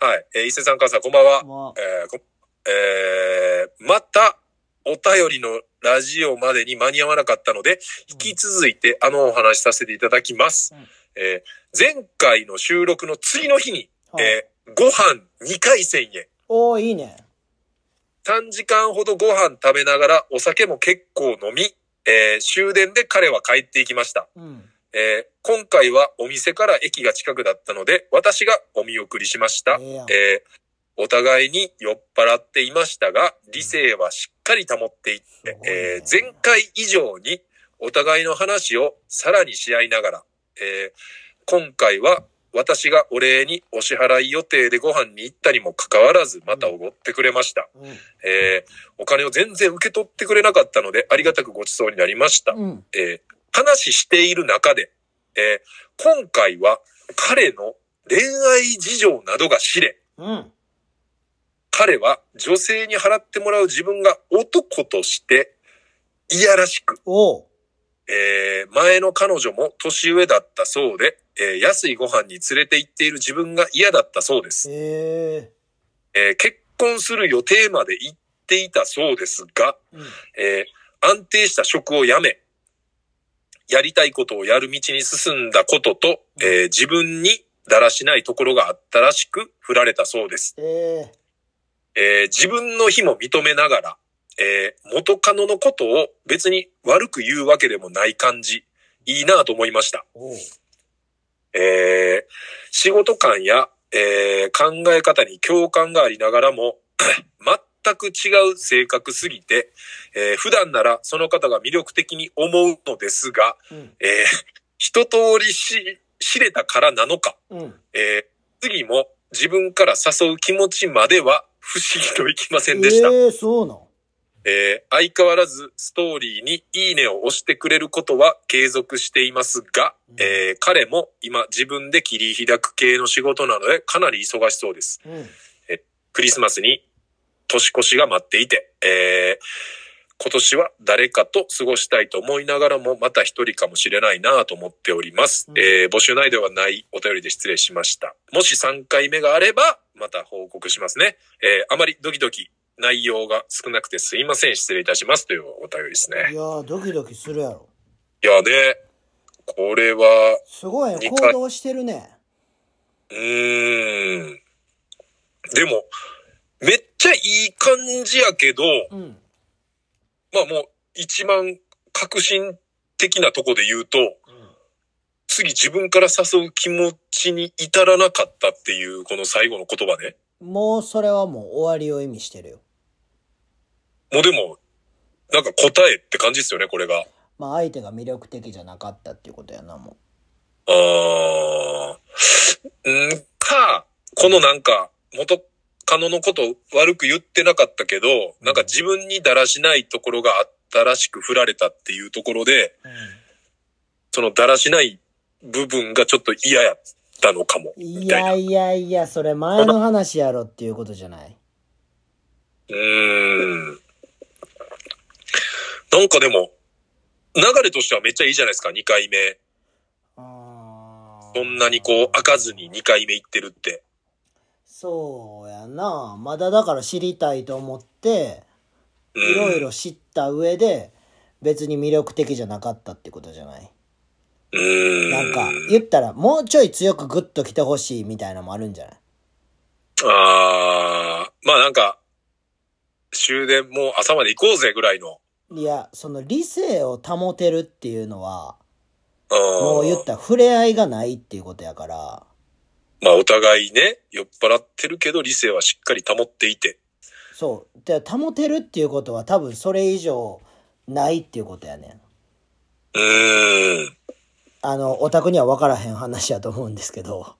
S2: はい。えー、伊勢さん、母さん、こんばんは。
S1: も
S2: えーこえーまた、お便りのラジオまでに間に合わなかったので、
S1: う、
S2: 引き続いてあのお話しさせていただきます。
S1: うん
S2: えー前回の収録の次の日に、
S1: はい
S2: えーご飯2回1000円。
S1: おー、いいね。
S2: 3時間ほどご飯食べながらお酒も結構飲み、えー終電で彼は帰っていきました。
S1: うん。
S2: えー今回はお店から駅が近くだったので、私がお見送りしました。
S1: ええやん。
S2: えーお互いに酔っ払っていましたが、理性はしっかり保っていて、
S1: すごいね
S2: えー前回以上にお互いの話をさらにし合いながら、えー今回は私がお礼にお支払い予定でご飯に行ったにもかかわらず、またおごってくれました。えーお金を全然受け取ってくれなかったので、ありがたくごちそうになりました。
S1: うん。うん。
S2: えー話している中で、えー今回は彼の恋愛事情などが知れ、
S1: うん。
S2: 彼は女性に払ってもらう自分が男として、いやらしく、
S1: おー。
S2: えー前の彼女も年上だったそうで、えー安いご飯に連れて行っている自分が嫌だったそうです。
S1: え
S2: えー結婚する予定まで行っていたそうですが、
S1: えうん。
S2: えー安定した職を辞め、やりたいことをやる道に進んだことと、えー自分にだらしないところがあったらしく振られたそうです。
S1: ええ
S2: えー自分の非も認めながら、えー元カノのことを別に悪く言うわけでもない感じ、いいなぁと思いました。
S1: おー。
S2: えー仕事感や、えー考え方に共感がありながらも、 全く違う性格すぎて、えー普段ならその方が魅力的に思うのですが、
S1: うん。
S2: えー一通りし知れたからなのか、
S1: うん。
S2: えー次も自分から誘う気持ちまでは不思議といきませんでした。
S1: ええそうなの。
S2: えー相変わらずストーリーにいいねを押してくれることは継続していますが、えー彼も今自分で切り開く系の仕事なのでかなり忙しそうです。
S1: うん。
S2: クリスマスに年越しが待っていて、えー今年は誰かと過ごしたいと思いながらもまた一人かもしれないなぁと思っております、
S1: うん
S2: えー募集内ではないお便りで失礼しました。もし3回目があればまた報告しますね。えーあまりドキドキ内容が少なくてすいません。失礼いたしますというお便りです
S1: い
S2: ね。
S1: やー、ドキドキするやろ。
S2: いやね、これは、
S1: すごいね。
S2: 二
S1: 行
S2: 回
S1: 動してるね。
S2: うーん。でも、めっちゃいい感じやけど、
S1: うん。
S2: まあもう一番革新的なとこで言うと、次自分から誘う気持ちに至らなかったっていうこの最後の言葉ね。
S1: もうそれはもう終わりを意味してるよ。
S2: もうでも、なんか答えって感じですよね、これが。
S1: まあ相手が魅力的じゃなかったっていうことやな、も
S2: あー。んーか、このなんか、元カノのことを悪く言ってなかったけど、なんか自分にだらしないところがあったらしく振られたっていうところで、
S1: う。
S2: そのだらしない部分がちょっと嫌やったのかも。
S1: い
S2: みたいな
S1: やいやいや、それ前の話やろっていうことじゃない。
S2: うーんなんかでも、流れとしてはめっちゃいいじゃないですか、2回目。そ
S1: そ
S2: んなにこう、開かずに2回目行ってるって。
S1: そうやな。まだだから知りたいと思って、
S2: うん、
S1: いろいろ知った上で、別に魅力的じゃなかったってことじゃない。
S2: うーん。
S1: なんか、言ったら、もうちょい強くグッと来てほしいみたいなのもあるんじゃない
S2: あー、まあなんか、終電もう朝まで行こうぜぐらいの。
S1: いや、その理性を保てるっていうのは、
S2: うん。
S1: もう言ったら触れ合いがないっていうことやから、
S2: まあお互いね、酔っ払ってるけど理性はしっかり保っていて。
S1: そう。で、保てるっていうことは多分それ以上ないっていうことやねん。
S2: うーん。い
S1: あの、オタクには分からへん話やと思うんですけど。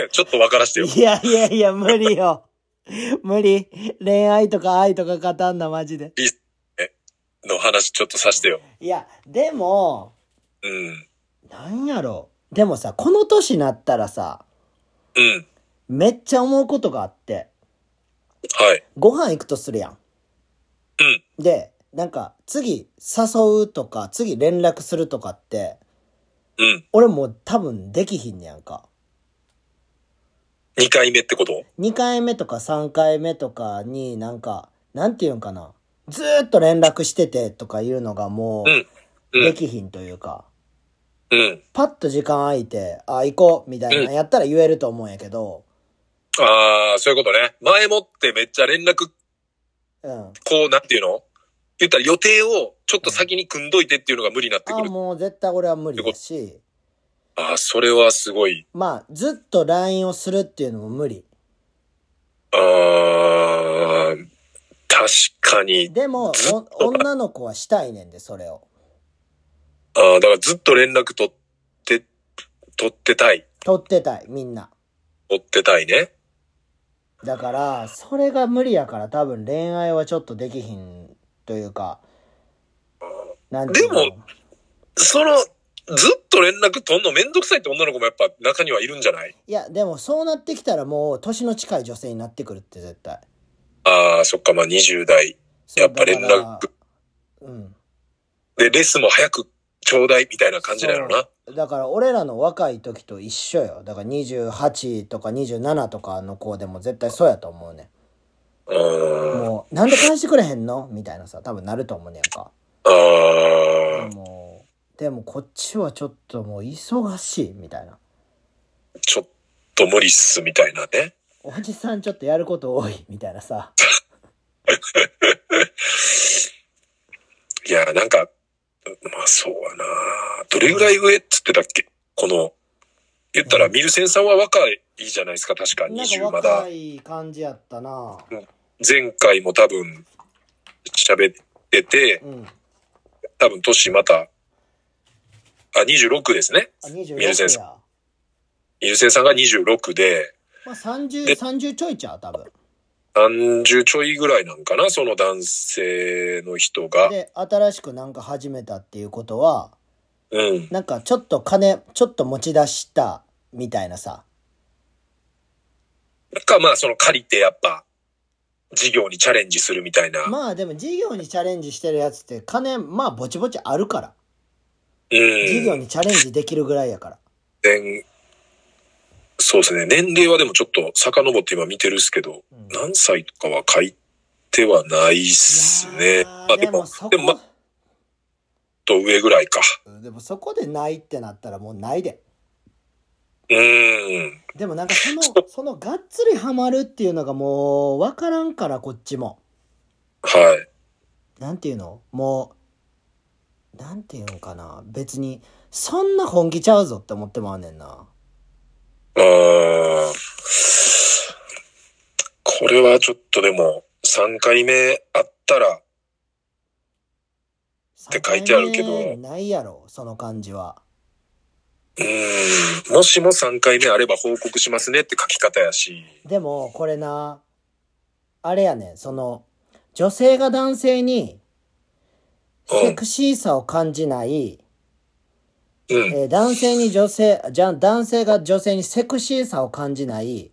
S2: や、ちょっと分からしてよ。
S1: いやいやいや、無理よ。無理。恋愛とか愛とか語んな、マジで。
S2: の話ちょっとさしてよ。
S1: いや、でも、
S2: うん。
S1: なんやろ。でもさ、この年になったらさ、
S2: うん。
S1: めっちゃ思うことがあって、
S2: はい。
S1: ご飯行くとするやん。
S2: うん。
S1: で、なんか、次誘うとか、次連絡するとかって、
S2: うん。
S1: 俺もう多分できひんねやんか。
S2: 2回目ってこと
S1: 2回目とか3回目とかになんか、なんていうんかな。ずーっと連絡しててとかいうのがも
S2: うんう
S1: う、で
S2: ん。
S1: きひんというか、
S2: うん。
S1: パッと時間空いて、あ、行こう、みたいな、
S2: うん
S1: やったら言えると思うんやけど、
S2: ああ、そういうことね。前もってめっちゃ連絡、
S1: うん。
S2: こう、なんていうの言ったら予定をちょっと先に組んどいてっていうのが無理になって
S1: あ、
S2: くる。
S1: もう絶対俺は無理だし、
S2: ああ、それはすごい。
S1: まあ、ずっと LINE をするっていうのも無理。
S2: ああ、確かに。
S1: でも、お女の子はしたいねんで、それを。
S2: ああ、だからずっと連絡取って、取ってたい。
S1: 取ってたい、みんな。
S2: 取ってたいね。
S1: だから、それが無理やから多分恋愛はちょっとできひんというか、なんていうの
S2: でも、その、ずっと連絡取んのめんどくさいって女の子もやっぱ中にはいるんじゃない
S1: いや、でもそうなってきたらもう年の近い女性になってくるって絶対。
S2: ああ、そっか、まあ20代。
S1: そう
S2: やっぱ連絡。
S1: だからうん。
S2: で、レッスンも早くちょうだいみたいな感じだよな。
S1: だから俺らの若い時と一緒よ。だから28とか27とかの子でも絶対そうやと思うね
S2: うーん。あ
S1: もう、なんで返してくれへんのみたいなさ、多分なると思うねんか。
S2: あ、
S1: もう、でもこっちはちょっともう忙しいみたいな。
S2: ちょっと無理っすみたいなね。
S1: おじさんちょっとやること多いみたいなさ。
S2: いや、なんか、まあそうやな。どれぐらい上っつってたっけこの、言ったら、ミルセンさんは若いじゃないですか、確か。
S1: なん
S2: 20
S1: か
S2: まだ
S1: 若。い感じやったな
S2: 前回も多分、喋ってて、
S1: うん。あ、
S2: 多分年また、あ、26ですね。ミルセン
S1: 26
S2: さん
S1: や。
S2: ミルセンさんが26で、
S1: まあ30、
S2: で
S1: 30ちょいちゃう多分。
S2: 30ちょいぐらいなんかな、その男性の人が。
S1: で、新しくなんか始めたっていうことは、
S2: うん。
S1: なんかちょっと金、ちょっと持ち出したみたいなさ。
S2: か、まあ、その借りてやっぱ、事業にチャレンジするみたいな。
S1: まあでも事業にチャレンジしてるやつって金、まあぼちぼちあるから。
S2: う
S1: 事業
S2: ん。
S1: にチャレンジできるぐらいやから。
S2: でそうですね。年齢はでもちょっと遡って今見てるっすけど、
S1: うん
S2: 何歳とかは書いてはないっす
S1: い
S2: ね。
S1: やー
S2: まあ、で
S1: で
S2: も、
S1: も
S2: ち
S1: そ
S2: でもま
S1: こ、
S2: ょっと上ぐらいか。
S1: でもそこでないってなったらもうないで。
S2: うん。
S1: でもなんかその、 そのがっつりハマるっていうのがもうわからんからこっちも。
S2: はい。
S1: なんていうのもう、なんていうんかな。別に、そんな本気ちゃうぞって思ってまうねんな。
S2: あーこれはちょっとでも、3回目あったら、
S1: って
S2: 書いてあるけど
S1: ないやろ、その感じは。
S2: うん、もしも3回目あれば報告しますねって書き方やし。
S1: でも、これな、あれやねん、その、女性が男性に、
S2: うん
S1: セクシーさを感じない、
S2: うん、
S1: えー男性に女性、じゃ、男性が女性にセクシーさを感じない、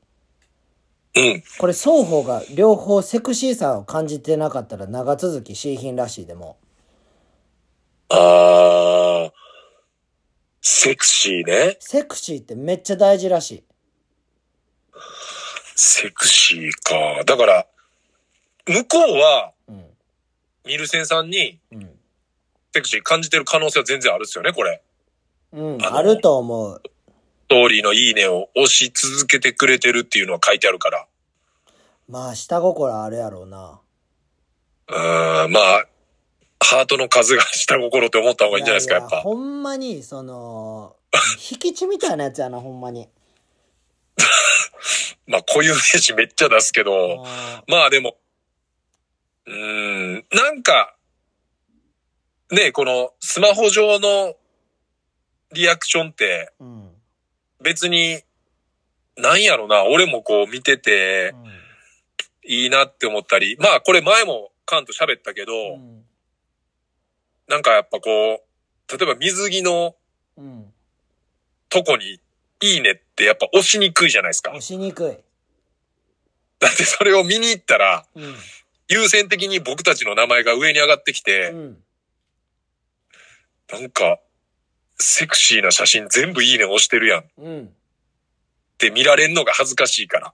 S2: うん。
S1: これ双方が両方セクシーさを感じてなかったら長続きしーひんらしいでも。
S2: あー、セクシーね。
S1: セクシーってめっちゃ大事らしい。
S2: セクシーか。だから、向こうは、
S1: うん。
S2: ミルセンさんに
S1: うん。
S2: セクシー感じてる可能性は全然あるっすよね、これ。
S1: うん、
S2: あの
S1: あると思う。
S2: ストーリーのいいねを押し続けてくれてるっていうのは書いてあるから。
S1: まあ、下心あるやろうな。
S2: うーん、まあ、ハートの数が下心って思った方がいいんじゃないですか、やっ
S1: や
S2: ぱ
S1: や。ほんまに、その、引き地みたいなやつやな、ほんまに。
S2: まあ、固有名詞めっちゃ出すけど。
S1: あ
S2: まあでも、うーん、なんか、ね、このスマホ上のリアクションって
S1: ーうん。
S2: 別に、なんやろな、俺もこう見てていいなって思ったり、まあこれ前もカンと喋ったけど、
S1: うん。
S2: なんかやっぱこう、例えば水着の
S1: うん。
S2: とこに、いいねってやっぱ押しにくいじゃないですか。
S1: 押しにくい。
S2: だってそれを見に行ったら、
S1: うん。
S2: 優先的に僕たちの名前が上に上がってきて、
S1: うん。
S2: なんか、セクシーな写真全部いいね押してるやんっ
S1: うん。
S2: て見られんのが恥ずかしいから。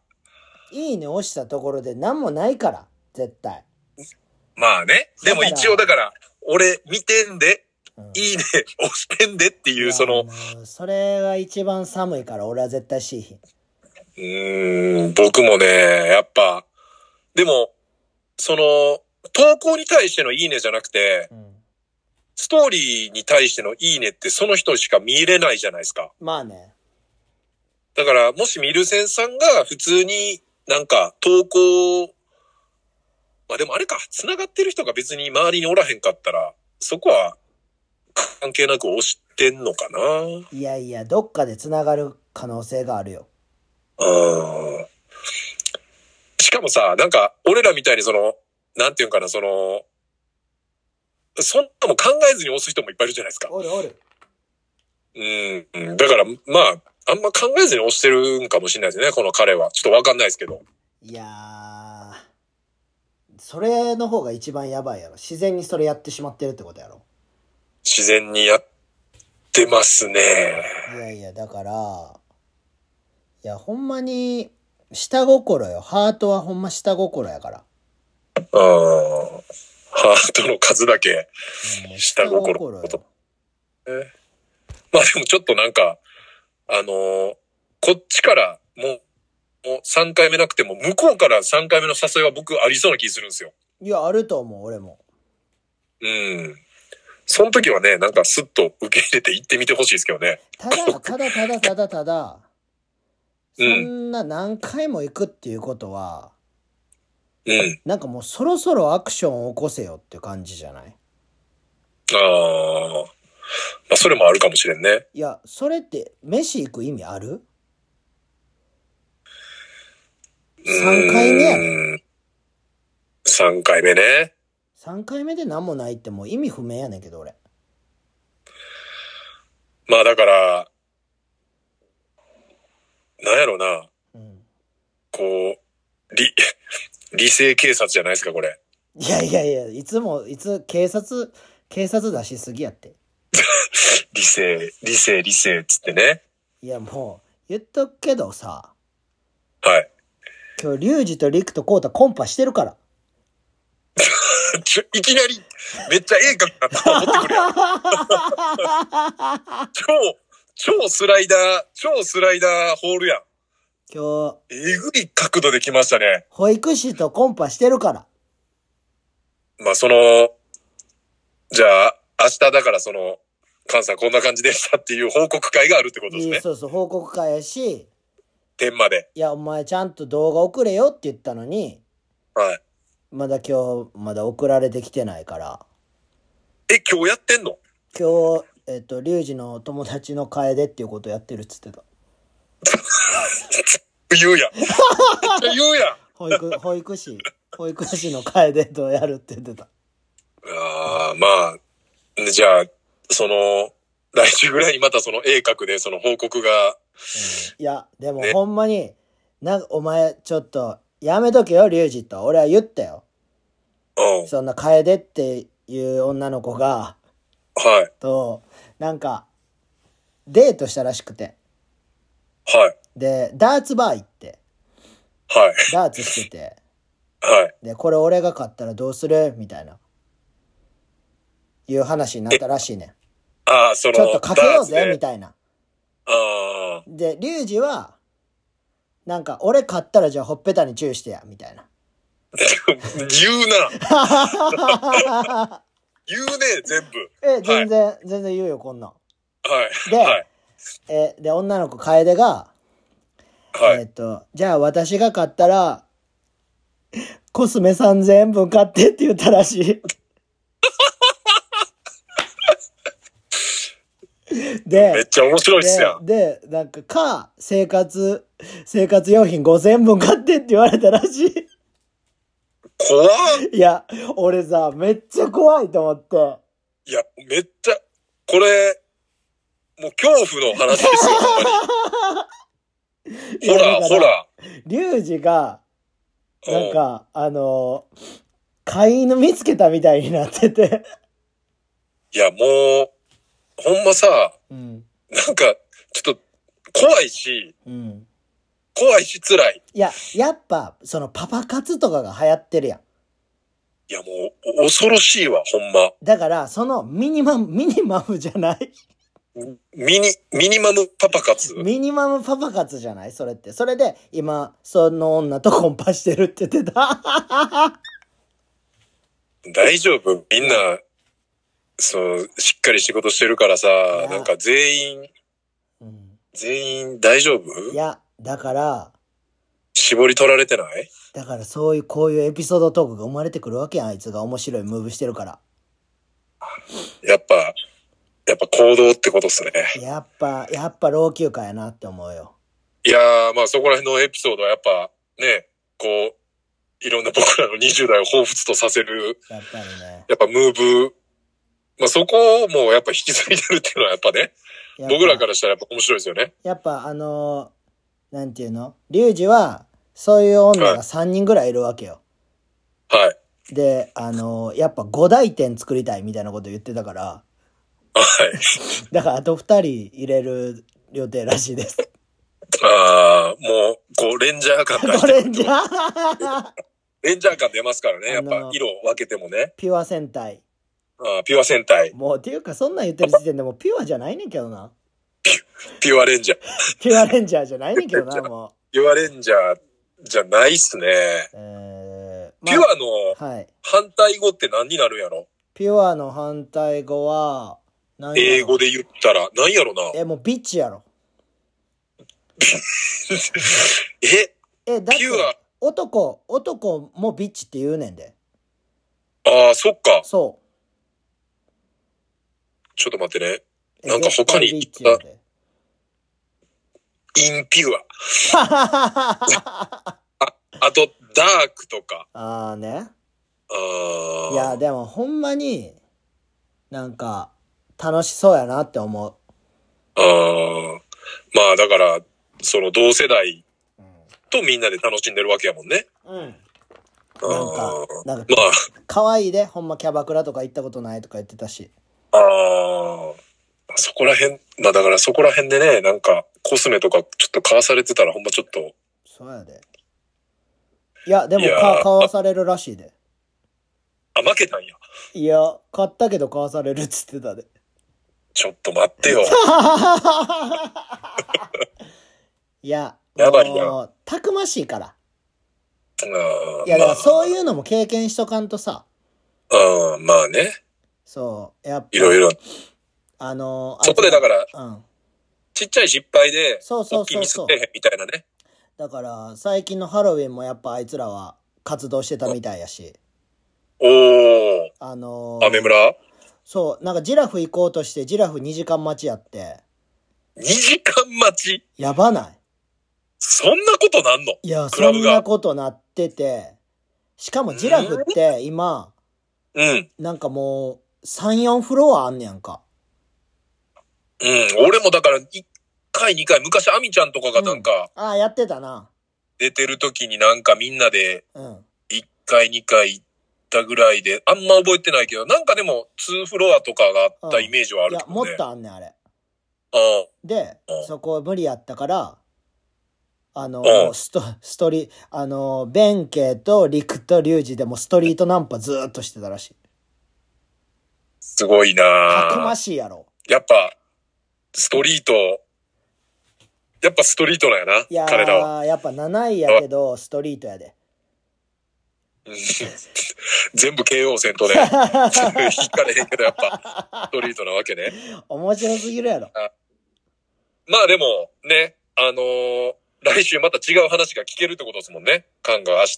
S1: いいね押したところで何もないから、絶対。
S2: まあね。でも一応だから、俺見てんで、
S1: うん
S2: いいね 押してんでって
S1: い
S2: いう、
S1: や
S2: その、
S1: もうそれが一番寒いから俺は絶対しいひん
S2: うーん、僕もね、やっぱ、でも、その、投稿に対してのいいねじゃなくて、
S1: うん
S2: ストーリーに対してのいいねってその人しか見れないじゃないですか。
S1: まあね
S2: だから、もしミルセンさんが普通になんか投稿、まあでもあれか、繋がってる人が別に周りにおらへんかったら、そこは関係なく押してんのかな。う
S1: いやいやどっかでつながる可能性があるよ
S2: ん。しかもさ、なんか俺らみたいにその、なんていうんかな、その、そんなもん考えずに押す人もいっぱいいるじゃないですか。
S1: おるおる
S2: うんうん。だから、まあ、あんま考えずに押してるんかもしれないですね、この彼は。ちょっとわかんないですけど。
S1: いやーそれの方が一番やばいやろ自然にそれやってしまってるってことやろ
S2: 自然にやってますね。
S1: いやいやだからいやほんまに下心よハートはほんま下心やから、
S2: ああ、ハートの数だけ。
S1: うん
S2: 下心
S1: よ
S2: まあでもちょっとなんか、あのーこっちからもう、もう3回目なくても、向こうから3回目の誘いは僕ありそうな気するんですよ。
S1: いやあると思う俺も
S2: うん。その時はね、なんかスッと受け入れて行ってみてほしいですけどね。
S1: ただただただただただそ
S2: うん
S1: んな何回も行くっていうことは、
S2: うん。
S1: なんかもうそろそろアクションを起こせよっていう感じじゃない
S2: ああ。まあそれもあるかもしれんね。
S1: いやそれって飯行く意味ある3回目やね
S2: ね。3回目ね。
S1: 3回目で何もないってもう意味不明やねんけど俺
S2: まあだから、なんやろな、
S1: うん
S2: こう、理、 理性警察じゃないですか、これ。
S1: いやいやいやいつもいつ警察警察出しすぎやって
S2: 理性、理性、理性っつってね。
S1: いやもう言っとくけどさ
S2: はい。
S1: 今日リュウジとリクとコウタコンパしてるから
S2: ちょいきなり、めっちゃええかなと思ってくる やん。超、超スライダー、超スライダーホールやん。
S1: 今日
S2: えぐい角度で来ましたね。
S1: 保育士とコンパしてるから
S2: まあその、じゃあ、明日だからその、関さんこんな感じでしたっていう報告会があるってことです
S1: い
S2: ね
S1: や。そうそう報告会やし
S2: 点まで。
S1: いやお前ちゃんと動画送れよって言ったのに
S2: はい。
S1: まだ今日まだ送られてきてないから
S2: え、今日やってんの
S1: 今日えっとリュウジの友達の楓っていうことやってるっつってた
S2: 言う やん。めっちゃ言うやん。
S1: 保育 保育士保育士の楓とやるって言ってた
S2: ああ、まあ、じゃあ、その、来週ぐらいにまたその A 角でその報告が、
S1: いやでも
S2: ね
S1: ほんまになんかお前ちょっとやめとけよリュウジと俺は言ったよ
S2: うん、
S1: そんな楓っていう女の子が
S2: はい、
S1: となんかデートしたらしくて
S2: はい、
S1: でダーツバー行って
S2: はい、
S1: ダーツしてて
S2: はい。
S1: でこれ俺が買ったらどうするみたいないう話になったらしいねん
S2: ああ、その、
S1: ちょっとかけよう
S2: ダーツ
S1: ぜ
S2: で
S1: みたいな
S2: あ
S1: でリュウジはなんか俺買ったらじゃあほっぺたにチューしてやみたいな
S2: あ、 言う な。言うね、全部。
S1: え全然、全然言うよこんなん
S2: はい、
S1: で、
S2: はい、
S1: えで女の子楓が、
S2: は
S1: え
S2: い。
S1: っとじゃあ私が買ったらコスメ3000円分買ってって言ったらし いで
S2: めっちゃ面白いっすやん。
S1: ででなんかか生活生活用品5000円分買ってって言われたらしい
S2: 怖っ
S1: いや俺さめっちゃ怖いと思って
S2: いや、めっちゃ、これ、もう恐怖の話で す
S1: い
S2: よ、ほんまに。ほ
S1: やだ
S2: ら、
S1: か
S2: ほら。
S1: リュウジが、
S2: う
S1: なん
S2: ん。
S1: か、あの、飼い犬見つけたみたいになってて。
S2: いや、もう、ほんまさ、
S1: うん。
S2: なんか、ちょっと、怖いし、
S1: うん。
S2: 怖いし辛い。
S1: いや、やっぱ、そのパパ活とかが流行ってるやん。
S2: いや、もう、恐ろしいわ、ほんま。
S1: だから、そのミニマム、ミニマムじゃない。
S2: ミニ、ミニマムパパ活。
S1: ミニマムパパ活じゃないそれって。それで、今、その女とコンパしてるって言ってた。
S2: 大丈夫みんな、そう、しっかり仕事してるからさ、
S1: や
S2: なんか全員、
S1: うん
S2: 全員大丈夫
S1: いや、だから、
S2: 絞り取られてない
S1: だからそういう、こういうエピソードトークが生まれてくるわけやん。あいつが面白いムーブしてるから。
S2: やっぱ、やっぱ行動ってことっすね。
S1: やっぱ、やっぱ老朽化やなって思うよ。
S2: いやー、まあそこら辺のエピソードはやっぱ、ね、こう、いろんな僕らの20代を彷彿とさせる、
S1: やっぱりね。
S2: やっぱムーブ、まあそこをもうやっぱ引き継いでるっていうのはやっぱね、
S1: やっぱ
S2: 僕らからしたらやっぱ面白いですよね。
S1: やっぱあのーなんていうのリュウジは、そういう女が3人ぐらいいるわけよ。
S2: はい。
S1: で、あのーやっぱ5大点作りたいみたいなこと言ってたから、
S2: はい。
S1: だからあと2人入れる予定らしいです。
S2: あー、もう、こう、レンジャー感 が
S1: ドレンジャー
S2: レンジャー感出ますからね。や
S1: あ
S2: っぱ
S1: のー
S2: 色を分けてもね。
S1: ピュア戦隊。
S2: あーピュア戦隊、
S1: もうっていうかそんなん言ってる時点でもうピュアじゃないねんけどな。
S2: ピュアレンジャー。
S1: ピュアレンジャーじゃないねんけど な、も
S2: ピュアレンジャーじゃないっすね。
S1: う。えー、
S2: ピュアの
S1: アはい。
S2: 反対語って何になるんやろ
S1: ピュアの反対語は、何やろ
S2: 英語で言ったら。何やろな。
S1: え、もうビッチやろ。
S2: え
S1: え、だっ
S2: ピュア
S1: て、男、男もビッチって言うねんで。
S2: ああ、そっか。
S1: そ
S2: ちょっと待ってね。
S1: う。
S2: なんか他
S1: 絶
S2: に
S1: 対ビッチやで。
S2: インピュア。あと、ダークとか。
S1: あーね。
S2: あ
S1: いや、
S2: ー
S1: でもほんまに、なんか、楽しそうやなって思う。
S2: あー。まあ、だから、その同世代とみんなで楽しんでるわけやもんね。
S1: うん。
S2: あ
S1: なんか
S2: ー、
S1: なんか
S2: ま、あ、
S1: 可愛いで、ほんまキャバクラとか行ったことないとか言ってたし。
S2: ああ、そこら辺、まあだからそこら辺でね、なんかコスメとかちょっと買わされてたらほんまちょっと、
S1: そうやで。いや、でも
S2: いやー
S1: か、買わされるらしいで。
S2: あ、負けたんや。
S1: いや、買ったけど買わされるっつってたで。
S2: ちょっと待ってよ。
S1: いや、
S2: やばいな
S1: もうたくましいから。
S2: あ ー
S1: いや、だから
S2: ま
S1: そういうのも経験しとかんとさ、
S2: あ、うん、まあね、
S1: そう、やっぱ、
S2: いろいろ。
S1: あのー、
S2: そこでだか
S1: ら、
S2: ら、
S1: うん。
S2: ちっちゃい失敗で、
S1: そうそ
S2: 大
S1: う
S2: きい
S1: そう
S2: ミス
S1: そ
S2: っ
S1: う
S2: て。へんみたいなね。
S1: だから、最近のハロウィンもやっぱあいつらは活動してたみたいやし、
S2: おー、
S1: あのー、
S2: 雨村
S1: そう、なんかジラフ行こうとして、ジラフ2時間待ちやって、
S2: ?2 時間待ち
S1: やばない
S2: そんなことなんの
S1: いや、
S2: クラ
S1: そ
S2: ブ
S1: ん
S2: が
S1: なことなってて、しかもジラフって今、
S2: うん。
S1: なんかもう、3、4フロアあんねやんか。
S2: うん。俺もだから、1回、2回、昔、アミちゃんとかがなんか、
S1: ああ、やってたな。
S2: 出てる時になんかみんなで、
S1: うん。
S2: 1回2回行ったぐらいで、あんま覚えてないけど、なんかでも2フロアとかがあったイメージはあ
S1: い
S2: る
S1: や
S2: け、
S1: も
S2: ど
S1: っ
S2: ね。
S1: とあんねん、あれ。
S2: あ
S1: で
S2: う、ん
S1: そこ無理やったから、あの、
S2: ん
S1: もうスト、ストリ、あの、弁慶と陸と龍二でもうストリートナンパずーっとしてたらしい。
S2: すごいな
S1: たく
S2: ぁ
S1: ましいやろ。
S2: やっぱ、ストリート、やっぱストリートなんや
S1: いや
S2: な、彼らは。
S1: ー、やっぱ7位やけど、ストリートやで。
S2: うん全部 KO 戦闘で、引かれへんけど、やっぱ、ストリートなわけね。
S1: 面白すぎるやろ。
S2: まあでも、ね、あのー来週また違う話が聞けるってことですもんね。カンが明日。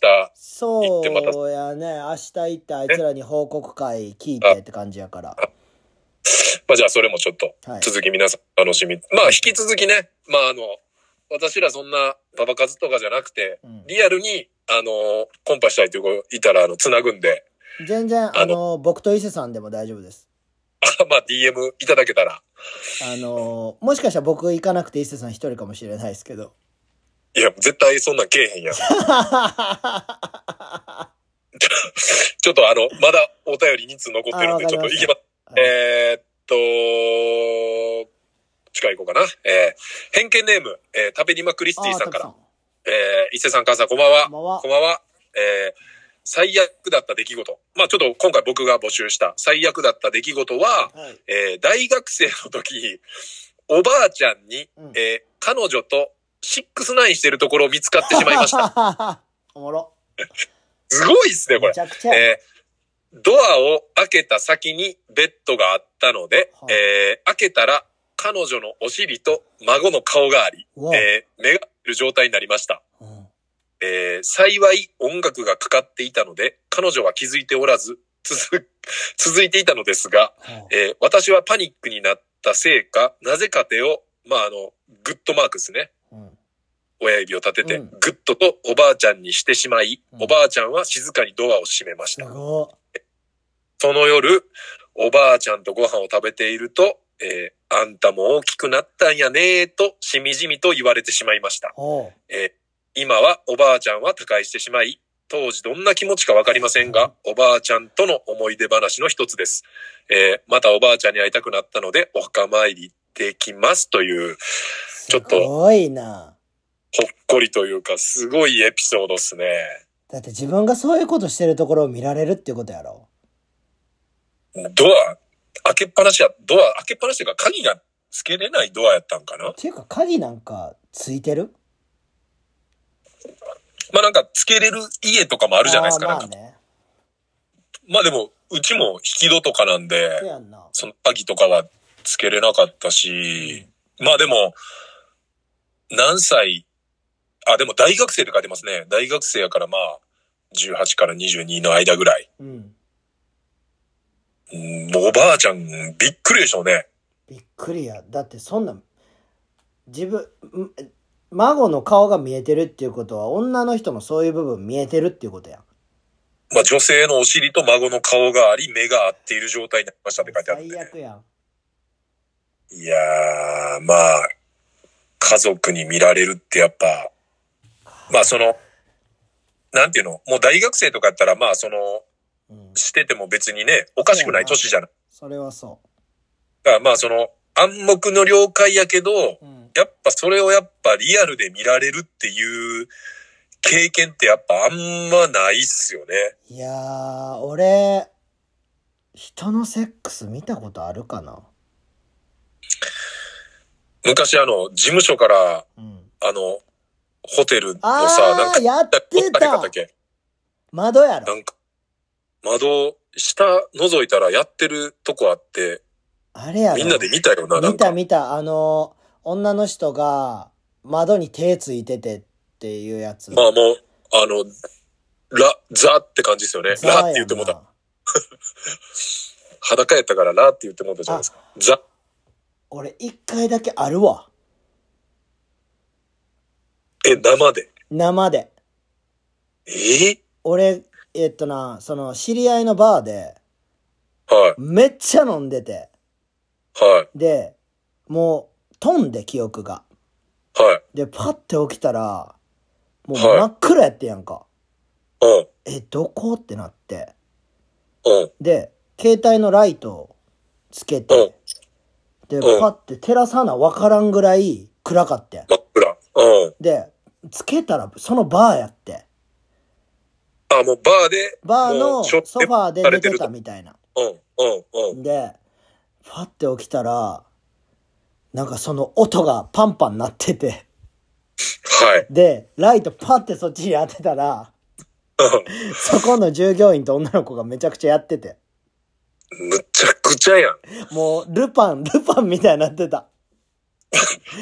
S2: 行ってまた
S1: そうやね。明日行ってあいつらに報告会聞いてって感じやから。
S2: まあじゃあそれもちょっと
S1: はい
S2: 続き皆さんお楽しみ。まあ引き続きね、まああの、私らそんなパパ活とかじゃなくて、
S1: うん
S2: リアルに、あの、コンパしたいという子いたら、あの、つなぐんで、
S1: 全然、
S2: あ
S1: あの、僕と伊勢さんでも大丈夫です。
S2: あまあ DM いただけたら、
S1: あのーもしかしたら僕行かなくて伊勢さん一人かもしれないですけど。
S2: いや、絶対そんなんけえへんやん。ちょっとあの、まだお便り2通残ってるん
S1: あわかりまし
S2: で、
S1: た
S2: ちょっと行きま
S1: は
S2: す。
S1: い
S2: えーっと、近いこうかな。えー偏見ネーム、えー、食べりまクリスティさんか
S1: あ
S2: ら
S1: ー。
S2: えー伊勢さん、母さん、こんばん
S1: たくさ
S2: は
S1: ん。こん。ばんは
S2: こん。ばんは。えー最悪だった出来事。まあちょっと今回僕が募集した最悪だった出来事は、
S1: はい。
S2: えー大学生の時、おばあちゃんに、
S1: うん
S2: えー彼女とシックスナインしてるところを見つかってしまい ました。
S1: た。おもろ。
S2: すごいっすね、こ
S1: め
S2: れ
S1: ち。ゃくちゃや。
S2: えードアを開けた先にベッドがあったので、
S1: はい
S2: えー開けたら彼女のお尻と孫の顔があり、
S1: うわ
S2: えー目が合ってる状態になりました。
S1: うん
S2: えー幸い音楽がかかっていたので、彼女は気づいておらず、続、 続いていたのですが、
S1: はい
S2: えー私はパニックになったせいか、なぜか手を、まあ、あの、グッドマークですね。
S1: うん
S2: 親指を立てて、
S1: うん
S2: グッドとおばあちゃんにしてしまい、
S1: うん
S2: おばあちゃんは静かにドアを閉めまし
S1: す
S2: た。
S1: ごい。
S2: その夜、おばあちゃんとご飯を食べていると、えーあんたも大きくなったんやねーと、しみじみと言われてしまいました。
S1: おう。
S2: えー今はおばあちゃんは他界してしまい、当時どんな気持ちかわかりませんが、おばあちゃんとの思い出話の一つです。えーまたおばあちゃんに会いたくなったので、お墓参りできますという、
S1: す
S2: ちょっと
S1: ごいな。
S2: ほっこりというか、すごいエピソードですね。
S1: だって自分がそういうことしてるところを見られるっていうことやろ。
S2: ドア、開けっぱなしや、ドア、開けっぱなしというか、鍵がつけれないドアやったんかな
S1: っていうか鍵なんかついてる
S2: まあなんか、つけれる家とかもあ
S1: あ
S2: るじゃないですか。
S1: ー
S2: なん
S1: まあ
S2: か
S1: ね。
S2: まあでも、うちも引き戸とかなんで、
S1: そうやんな。
S2: その鍵とかはつけれなかったし、まあでも、何歳、あ、でも大学生って書いてますね。大学生やからまあ、18から22の間ぐらい。
S1: うん。
S2: うんもうおばあちゃん、びっくりでしょうね。
S1: びっくりや。だってそんな、自分、ん孫の顔が見えてるっていうことは、女の人もそういう部分見えてるっていうことやん。
S2: まあ女性のお尻と孫の顔があり、目が合っている状態になりましたって書いてあるん
S1: 最
S2: で。
S1: 悪やん。
S2: いやー、まあ、家族に見られるってやっぱ、まあその、なんていうのもう大学生とかやったら、まあその、
S1: うん。
S2: してても別にね、おかしくない年じゃない。
S1: それはそ
S2: だからまあその暗黙の了解やけど、
S1: う。うん。
S2: やっぱそれをやっぱリアルで見られるっていう経験ってやっぱあんまないっすよね。
S1: いやー、俺、人のセックス見たことあるかな
S2: 昔あの、事務所から
S1: うん。
S2: あの、ホテルの
S1: あ
S2: さ、なんか
S1: ー、、やって
S2: 誰かだ
S1: た
S2: っけ
S1: 窓や
S2: な
S1: ろ。
S2: んか、窓、下覗いたらやってるとこあって、
S1: あれやろ。
S2: みんなで見たよな、なん
S1: 見た
S2: か。
S1: 見た。あの、女の人が窓に手ついててっていうやつ。
S2: まあもう、あの、ラ、ザって感じですよね。
S1: ザや
S2: ラ
S1: な
S2: って言ってもうた。裸やったからラって言ってもうたじゃないですか。ザ。
S1: 俺一回だけあるわ。
S2: え、生で。
S1: 生で。
S2: え
S1: 俺、えっとな、その知り合いのバーで、
S2: はい、
S1: めっちゃ飲んでて。
S2: はい、
S1: で、もう飛んで記憶が。
S2: はい。
S1: で、パッて起きたら、もう
S2: はい
S1: 真っ暗やってやんか。
S2: うん、
S1: え、どこってなって。
S2: うん、
S1: で、携帯のライトをつけて、で、
S2: うん
S1: パッて照らさなわからんぐらい暗かってん。
S2: 真っ暗。うん。
S1: で、つけたらそのバーやって。
S2: あ、もうバーで、
S1: バー
S2: も
S1: の
S2: うしょ
S1: ソ
S2: っ
S1: ファーで寝てたみたいな。
S2: うん、うん、うん。
S1: で、ファって起きたら、なんかその音がパンパン鳴ってて、
S2: はい。
S1: で、ライトパってそっちに当てたら、
S2: う
S1: そこの従業員と女の子がめちゃくちゃやってて、
S2: んむちゃくちゃやん。
S1: もうルパン、ルパンみたいになってた。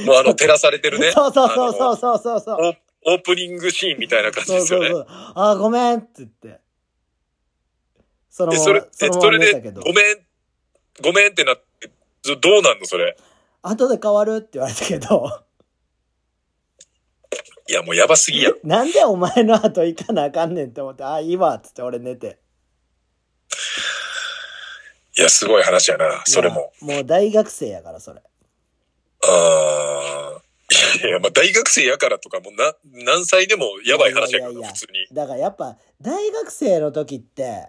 S2: もうあの、照らされてる ね。
S1: そうそうそうそううそうそうそう。
S2: オープニングシーンみたいな感じ
S1: そう
S2: ですよ
S1: そう
S2: ね。
S1: そう。あー、ごめんって言って。その
S2: で、
S1: まま、
S2: それ、え
S1: のま
S2: そ
S1: ま
S2: れ
S1: 寝たけ
S2: で、
S1: ど
S2: ご、めん、ごめんってなって、どどうなんのそれ。
S1: 後で変わるって言われたけど、
S2: いや、もうやばすぎやん。
S1: なんでお前の後行かなあかんねんって思って、あー、いいわっつって俺寝て。
S2: いや、すごい話やな、それも。
S1: いや。もう大学生やから、それ。
S2: あーいや、まあ、大学生やからとかもな、何歳でもやばい話
S1: い
S2: やけ
S1: やい
S2: ど
S1: やいや
S2: な、普通に。
S1: だからやっぱ、大学生の時って、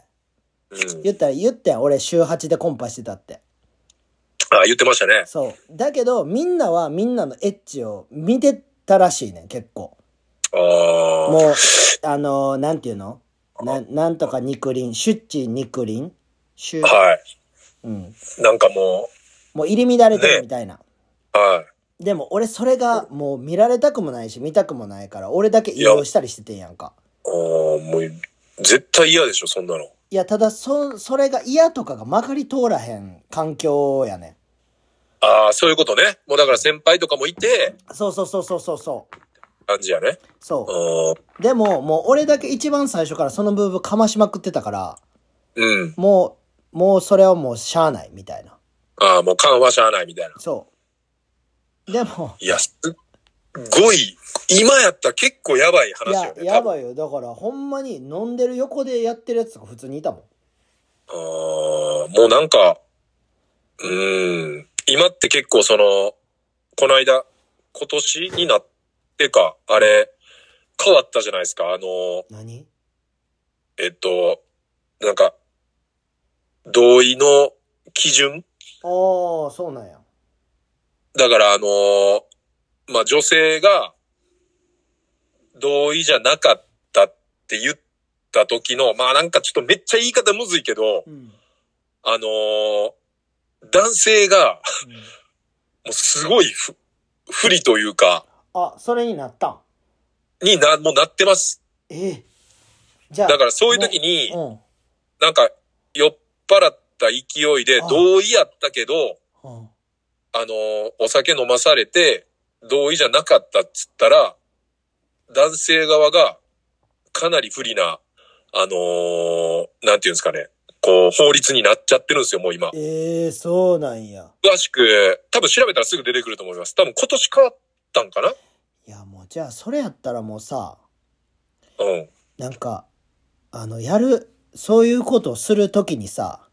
S2: うん。
S1: 言ったら言ってん、俺週8でコンパしてたって。
S2: あ言ってましたね。
S1: そう。だけど、みんなはみんなのエッチを見てたらしいねん、結構。
S2: ああ。
S1: もう、あのーなんていうのななんとか肉林、シュッチ肉林シュ、
S2: は
S1: うん。
S2: い。なんかも
S1: もう入り乱れてるみたいな。
S2: う、は
S1: でも俺それがもう見られたくもないし見たくもないから俺だけ移動したりしててんやんか。
S2: い。あーもう、絶対嫌でしょ、そんなの。
S1: いやただそそれが嫌とかがまかり通らへん環境やね
S2: ああ、そういうことね。もうだから先輩とかもいて、
S1: ん。そうそうそうそうそうそう。
S2: 感じやね。う
S1: そ
S2: ん。
S1: う。でももう俺だけ一番最初からその部分かましまくってたから
S2: うん。
S1: もうもうそれはもうしゃあないみたいな。
S2: ああ、もう緩和しゃあないみたいな。
S1: そう。でも
S2: いや、すっごい、今やったら結構やばい
S1: い
S2: 話
S1: や
S2: よね。
S1: や
S2: い。
S1: ばいよだからほんまに飲んでる横でやってるやつが普通にいたもん。
S2: あーもうなんか、うーん、今って結構その、この間、今年になってか、あれ、変わったじゃないですか。あの、
S1: 何
S2: えっと、なんか、同意の基準
S1: ああそうなんや。
S2: だからあのーまあ、女性が、同意じゃなかったって言った時の、まあ、なんかちょっとめっちゃ言い方むずいけど、
S1: うん。うん
S2: あのー男性が、もうすごいふ、不利というか、
S1: あそれになったん。
S2: にな、もうなってます。
S1: ええじゃあ
S2: だからそういう時に、
S1: も
S2: なんか、酔っ払った勢いで
S1: あ
S2: 同意やったけど、
S1: ううん、うん、
S2: あのーお酒飲まされて、同意じゃなかったっつったら、男性側が、かなり不利な、あのーなんていうんですかね、こう、法律になっちゃってるんですよ、もう今。
S1: ええそうなんや
S2: 詳しく、多分調べたらすぐ出てくると思います。多分今年変わったんかない
S1: やもうじゃあそれやったらもうさ
S2: うん。
S1: なんかあのやるそういうことをするときにさ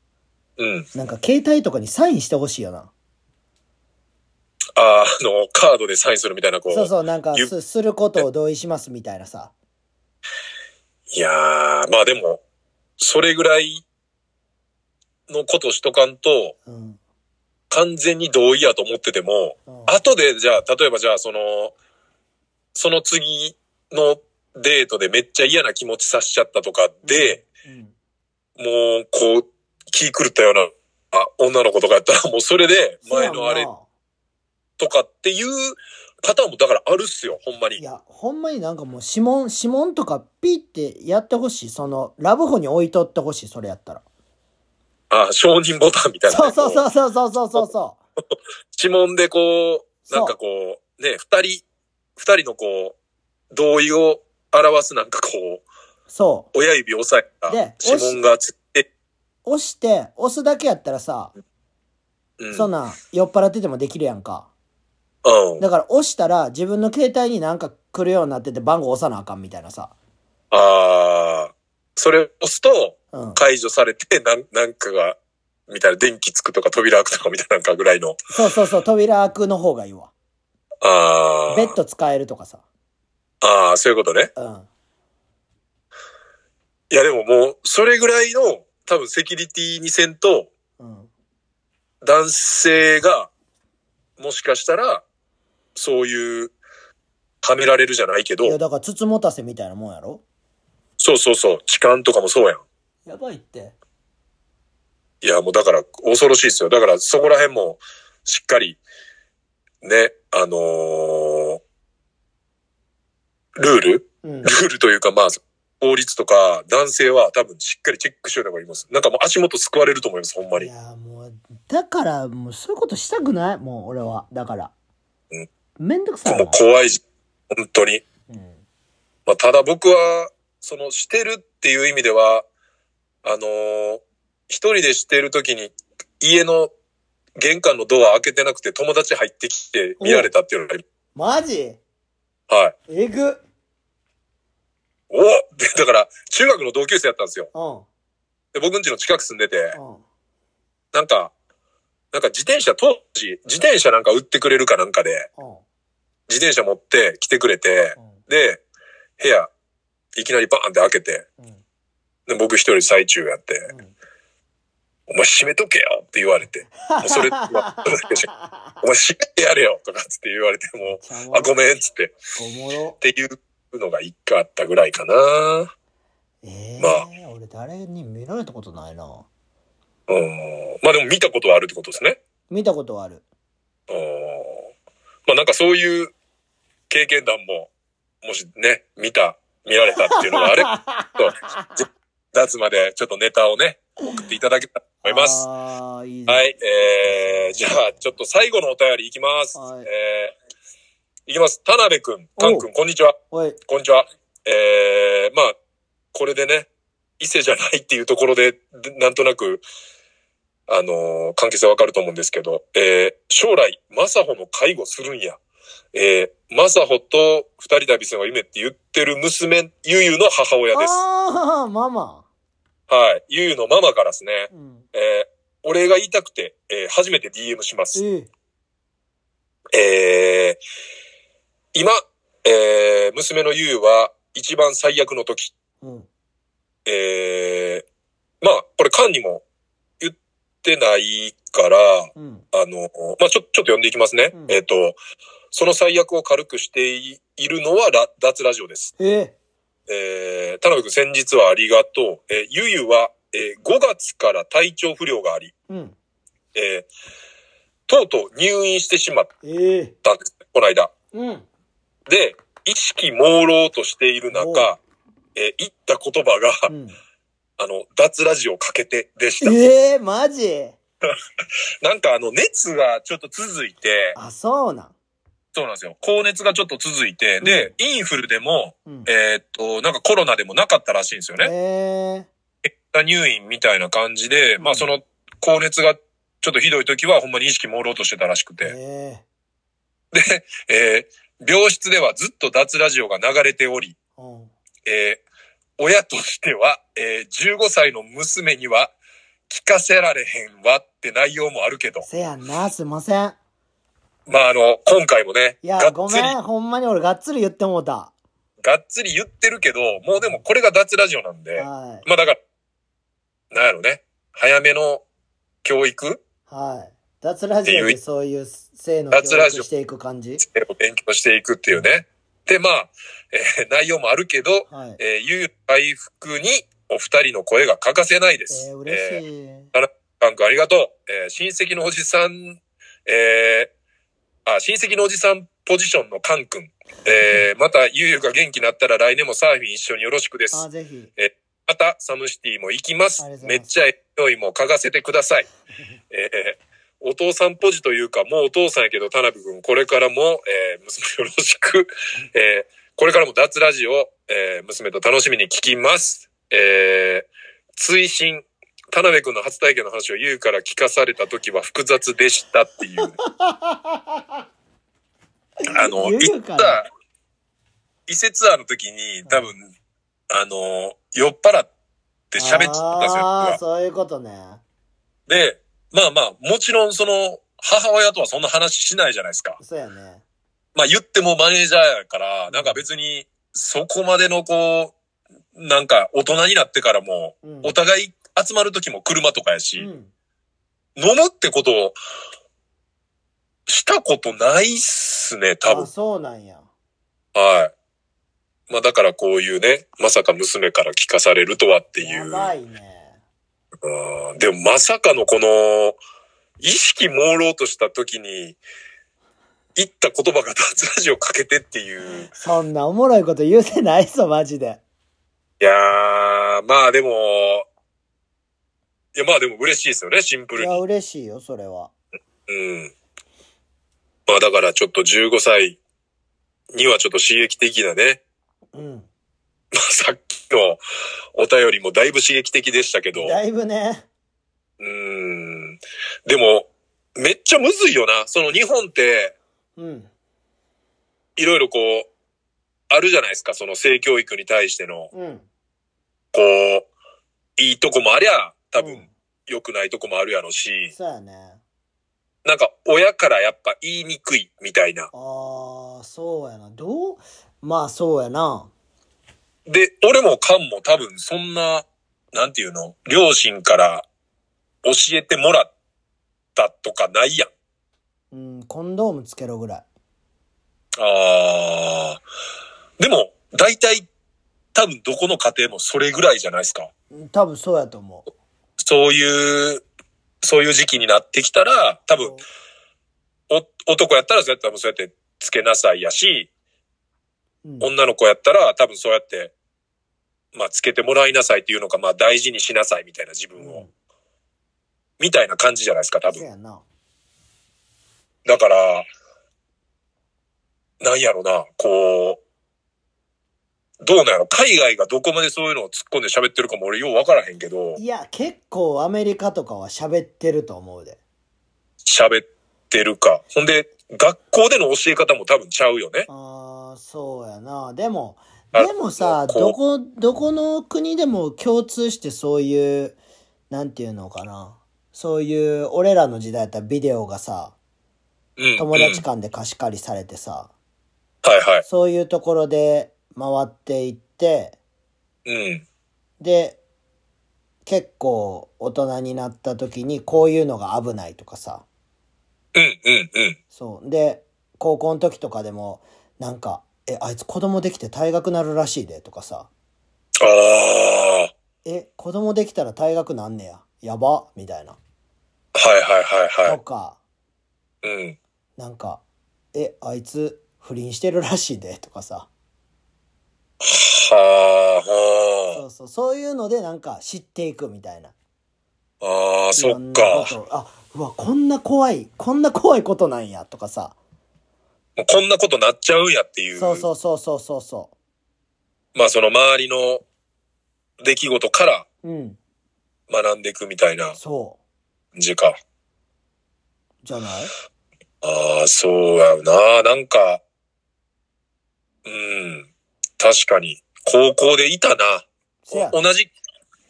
S2: うん。
S1: なんか携帯とかにサインしてほしいよな
S2: あーあの、カードでサインするみたいな、こう。
S1: そうそうなんか
S2: ゆ
S1: すすることを同意しますみたいなさ
S2: いやー、まあでも、それぐらいのことしとかんと、
S1: うん
S2: 完全に同意やと思ってても、
S1: うん
S2: 後で、じゃあ、例えばじゃあ、その、その次のデートでめっちゃ嫌な気持ちさせちゃったとかで、
S1: うん
S2: もう、こう、気狂ったような、あ、女の子とかやったら、もう それで、前のあれとかっていうパターンも、だからあるっすよ、ほんま
S1: い
S2: に。
S1: やほんまになんかもう指紋指紋とかピーってやってほしいそのラブホに置いとってほしいそれやったら
S2: あ、承認ボタンみたいなね、
S1: そうそう
S2: こ
S1: そうそうそうそうそうそう
S2: 指紋でこう、
S1: そう
S2: なんかこう、ね、二人、二人のこう、同意を表すなんかこう、
S1: そう
S2: 親指押さえた
S1: で
S2: 指紋がつって、
S1: 押して押すだけやったらさ、
S2: うん。
S1: そんなん酔っ払っててもできるやんか
S2: うん。
S1: だから押したら自分の携帯になんか来るようになってて番号押さなあかんみたいなさ
S2: ああ、それを押すと
S1: うん
S2: 解除されて、 なん、なんかが、みたいな、電気つくとか扉開くとかみたいななんかぐらいの。
S1: そうそうそう扉開くの方がいいわ
S2: ああ。
S1: ベッド使えるとかさ
S2: ああ、そういうことね。
S1: うん
S2: いやでももう、それぐらいの、多分セキュリティにせんと、
S1: うん
S2: 男性が、もしかしたら、そういう、はめられるじゃないけ
S1: いや
S2: ど、
S1: だから筒持たせみたいなもんやろ
S2: そうそうそう、痴漢とかもそうやん。
S1: やばいって
S2: いや、もうだから恐ろしいですよ。だからそこら辺もしっかり、ね、あのールール
S1: うん
S2: ルールというかまあ、法律とか男性は多分しっかりチェックしようと思います。なんかもう足元救われると思います、ほんま
S1: い
S2: に。
S1: やもうだからもうそういうことしたくないもう俺はだから
S2: うん
S1: めんどくさい
S2: も う
S1: わ
S2: 怖いし、本当に。
S1: うん
S2: まあ、ただ僕は、そのしてるっていう意味では、あのー一人でしてる時に家の玄関のドア開けてなくて友達入ってきて見られたっていうのがあり、
S1: マジ
S2: はい。
S1: えぐうん
S2: お で、だから、中学の同級生やったんですよ。
S1: うん
S2: で、僕ん家の近く住んでて、なんか、なんか自転車当時、自転車なんか売ってくれるかなんかで、
S1: うん。
S2: 自転車持って来てくれて、
S1: う
S2: で、部屋、いきなりバーンって開けて、
S1: ん。うん。
S2: で僕一人最中やって、
S1: うん
S2: お前閉めとけよって言われて、もうそれ、ま あ、 お前閉めてやれよとかつって言われて、も
S1: ちゃお
S2: う、
S1: も
S2: あ、
S1: ろ
S2: ごめんっつって、
S1: おもろ
S2: っ。ていうのが一回あったぐらいかな。
S1: ええ
S2: まあ
S1: 俺誰に見られたことないな。
S2: うん。まあでも見たことはあるってことですね。
S1: 見たことはある。
S2: うん。まあなんかそういう経験談も、もしね、見た、見られたっていう のがあ れば、脱までちょっとネタをね、送っていただけたらと思います。
S1: ああ、いいね。。
S2: はいい、えー、じゃあ、ちょっと最後のお便りいきます。
S1: はい
S2: えー、いきます。田辺くん、かんくん、こんにちは。
S1: おい。
S2: こんにちは。えー、まあ、これでね、伊勢じゃないっていうところで、でなんとなく、あのー関係性わかると思うんですけど、えー、将来、正穂の介護するんや。えー、正穂と二人旅するのが夢って言ってる娘、ゆゆの母親です。
S1: ああ、ママ。
S2: はい。ゆゆのママからですね、
S1: うん。
S2: えー、お礼が言いたくて、えー、初めて DM します。
S1: ええ。
S2: えー今、えー娘のゆうは一番最悪の時、
S1: うん。
S2: えーまあ、これ、缶にも言ってないから、
S1: うん。
S2: あの、まあ、ちょ、ちょっと読んでいきますね。
S1: うん
S2: えっ、と、その最悪を軽くしていいるのはラ、脱ラジオです。
S1: ええ。
S2: えー、田辺君先日はありがとう。えーゆゆは、えー5月から体調不良があり、
S1: うん。
S2: えーとうとう入院してしまっ
S1: ええ。
S2: たんですね、この間。
S1: うん。
S2: で、意識朦朧としている
S1: おう
S2: 中、えー言った言葉が、
S1: うん。
S2: あの、脱ラジオかけてでした。
S1: ええ、マジ
S2: なんかあの、熱がちょっと続いて、
S1: あ、そうなん。
S2: そうなんですよ。高熱がちょっと続いて、で、インフルでも、
S1: うん。
S2: えーっと、なんかコロナでもなかったらしいんですよね。
S1: ええ。
S2: 結果入院みたいな感じで、
S1: うん
S2: まあその、高熱がちょっとひどい時は、ほんまに意識朦朧としてたらしくて、
S1: ええ。
S2: えー病室ではずっと脱ラジオが流れており、
S1: うん。
S2: えー親としては、えー15歳の娘には聞かせられへんわって内容もあるけど、
S1: せやんな、すいません。
S2: まああの、今回もね、
S1: い
S2: が
S1: や、
S2: っ
S1: ご
S2: つり、
S1: めん。ほんまに俺がっつり言ってもうた。
S2: がっつり言ってるけど、もうでもこれが脱ラジオなんで、
S1: は
S2: まあだから、なんやろね、早めの教育
S1: い。はい。脱ラジオでそういう性の
S2: 脱
S1: 教
S2: ラジオ
S1: 育していく感じ
S2: を勉強していくっていうね。で、まあ、えー内容もあるけど、
S1: はい。
S2: えー、ゆう回復にお二人の声が欠かせないで
S1: えー、
S2: す。えー
S1: 嬉しい。
S2: カン君ありがとう。えー親戚のおじさん、えーあ、親戚のおじさんポジションのカン君。えーまた、ゆうゆうが元気になったら来年もサーフィン一緒によろしくで
S1: あ、
S2: す。
S1: ぜひ。
S2: また、サムシティも行きます
S1: ありがと。うござ
S2: め
S1: います
S2: っちゃええ匂いも嗅がせてくだ さい。えーお父さんポジというか、もうお父さんやけど、田辺君、これからも、えー娘よろしく、えーこれからも脱ラジオ、えー娘と楽しみに聞きます。えー追伸、田辺君の初体験の話を優から聞かされた時は複雑でしたっ ていう。あの、
S1: ゆ
S2: 行
S1: う
S2: っ
S1: か
S2: た
S1: ら、
S2: 伊勢ツアーの時に、多分、あの、酔っ払って喋っちゃったんです
S1: あ
S2: よ僕
S1: あ、
S2: は。
S1: そういうことね。
S2: で、まあまあ、もちろんその、母親とはそんな話しないじゃないですか。
S1: そうやね。
S2: まあ言ってもマネージャーやから、なんか別に、そこまでのこう、なんか大人になってからも、
S1: うん。
S2: お互い集まる時も車とかやし、
S1: うん。
S2: 飲むってことを、したことないっすね、多
S1: あ、
S2: 分。
S1: そうなんや。
S2: はい。まあだからこういうね、まさか娘から聞かされるとはってい
S1: や
S2: う。
S1: ばいね。
S2: うんでもまさかのこの、意識朦朧とした時に、言った言葉が脱ラジオかけてっていう。
S1: そんなおもろいこと言うてないぞ、マジで。
S2: いやー、まあでも、いやまあでも嬉しいですよね、シンプ
S1: い
S2: ルに。
S1: や、嬉しいよ、それは。
S2: うん。まあだからちょっと15歳にはちょっと刺激的なね、
S1: うん。
S2: まあさっきのお便りもだいぶ刺激的でしたけど、
S1: だいぶね。
S2: うん。でも、めっちゃむずいよな。その日本って、
S1: うん。
S2: いろいろこう、あるじゃないですか、その性教育に対しての、
S1: うん。
S2: こう、いいとこもありゃ、多
S1: うん
S2: 分、良くないとこもあるやろし、
S1: そうやね。
S2: なんか親からやっぱ言いにくいみたいな。
S1: ああ、そうやな。どうまあそうやな。
S2: で、俺もカンも多分そんな、なんていうの、両親から教えてもらったとかないやん。
S1: うん、コンドームつけろぐらい。
S2: あー。でも、大体、多分どこの家庭もそれぐらいじゃないですか。
S1: うん多分そうやと思う。
S2: そういう、そういう時期になってきたら、多分、お男やったらそうやって多分そうやってつけなさいやし、
S1: うん。
S2: 女の子やったら多分そうやって、まあつけてもらいなさいっていうのか、まあ大事にしなさいみたいな自分を、
S1: うん
S2: みたいな感じじゃないですか、多
S1: そう
S2: 分。
S1: やな。
S2: だから、なんやろな、こう、どうなんやろ、海外がどこまでそういうのを突っ込んで喋ってるかも俺ようわからへんけど、
S1: いや、結構アメリカとかは喋ってると思うで。
S2: 喋ってるか。ほんで、学校での教え方も多分ちゃうよね。
S1: ああ、そうやな。でも、
S2: あ
S1: でもさ、
S2: こう
S1: どこ、どこの国でも共通してそういう、なんていうのかな。そういう、俺らの時代やったらビデオがさ、
S2: うん。
S1: 友達
S2: うん
S1: 間で貸し借りされてさ、
S2: はいはい。
S1: そういうところで回っていって、
S2: うん。
S1: で、結構大人になった時にこういうのが危ないとかさ、
S2: うんうんうん。
S1: そう。で、高校の時とかでも、なんか、え、あいつ子供できて退学なるらしいでとかさ、
S2: あ
S1: え、子供できたら退学なんねや。やばみたいな。
S2: あ。はいはいはいは
S1: とか、
S2: い。うん。
S1: なんか、え、あいつ不倫してるらしいでとかさ。
S2: は
S1: そうそう、そういうのでなんか知っていくみたいな。
S2: あはあ。ああ、そ
S1: いろん
S2: っ
S1: なこ
S2: か。
S1: とをあ、うわ、こんな怖い、こんな怖いことなんやとかさ。
S2: もうこんなことなっちゃうんやっていう。
S1: そうそうそうそうそうそ
S2: まあその周りの出来事から
S1: う。うん、
S2: 学んでいくみたいな
S1: そ
S2: 感じか。
S1: う。じゃない
S2: ああ、そうやよな。なんか、うん。確かに。高校でいたな。
S1: せや。
S2: お同じ、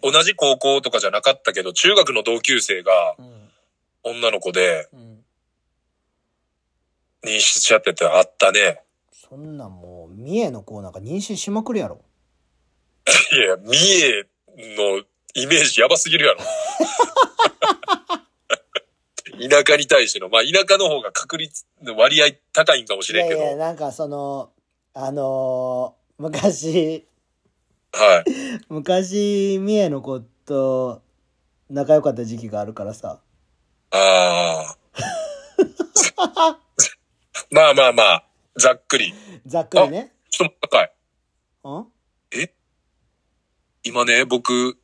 S2: 同じ高校とかじゃなかったけど、中学の同級生が
S1: うん、
S2: 女の子で
S1: うん。
S2: 妊娠しちゃっててあったね。
S1: そんなんもう、三重の子なんか妊娠しまくるやろ。
S2: いや、三重のイメージやばすぎるやろ。 田舎に対しての、まあ田舎の方が確率の割合高いんかもし
S1: い
S2: れん
S1: や
S2: け
S1: い
S2: ど。
S1: や、なんかその、あのー昔、
S2: はい。
S1: 昔、三重の子と仲良かった時期があるからさ。
S2: ああ。 まあまあまあ、ざっくり。
S1: ざっくりね。
S2: ちょっと高い。
S1: うん
S2: 今ね、僕、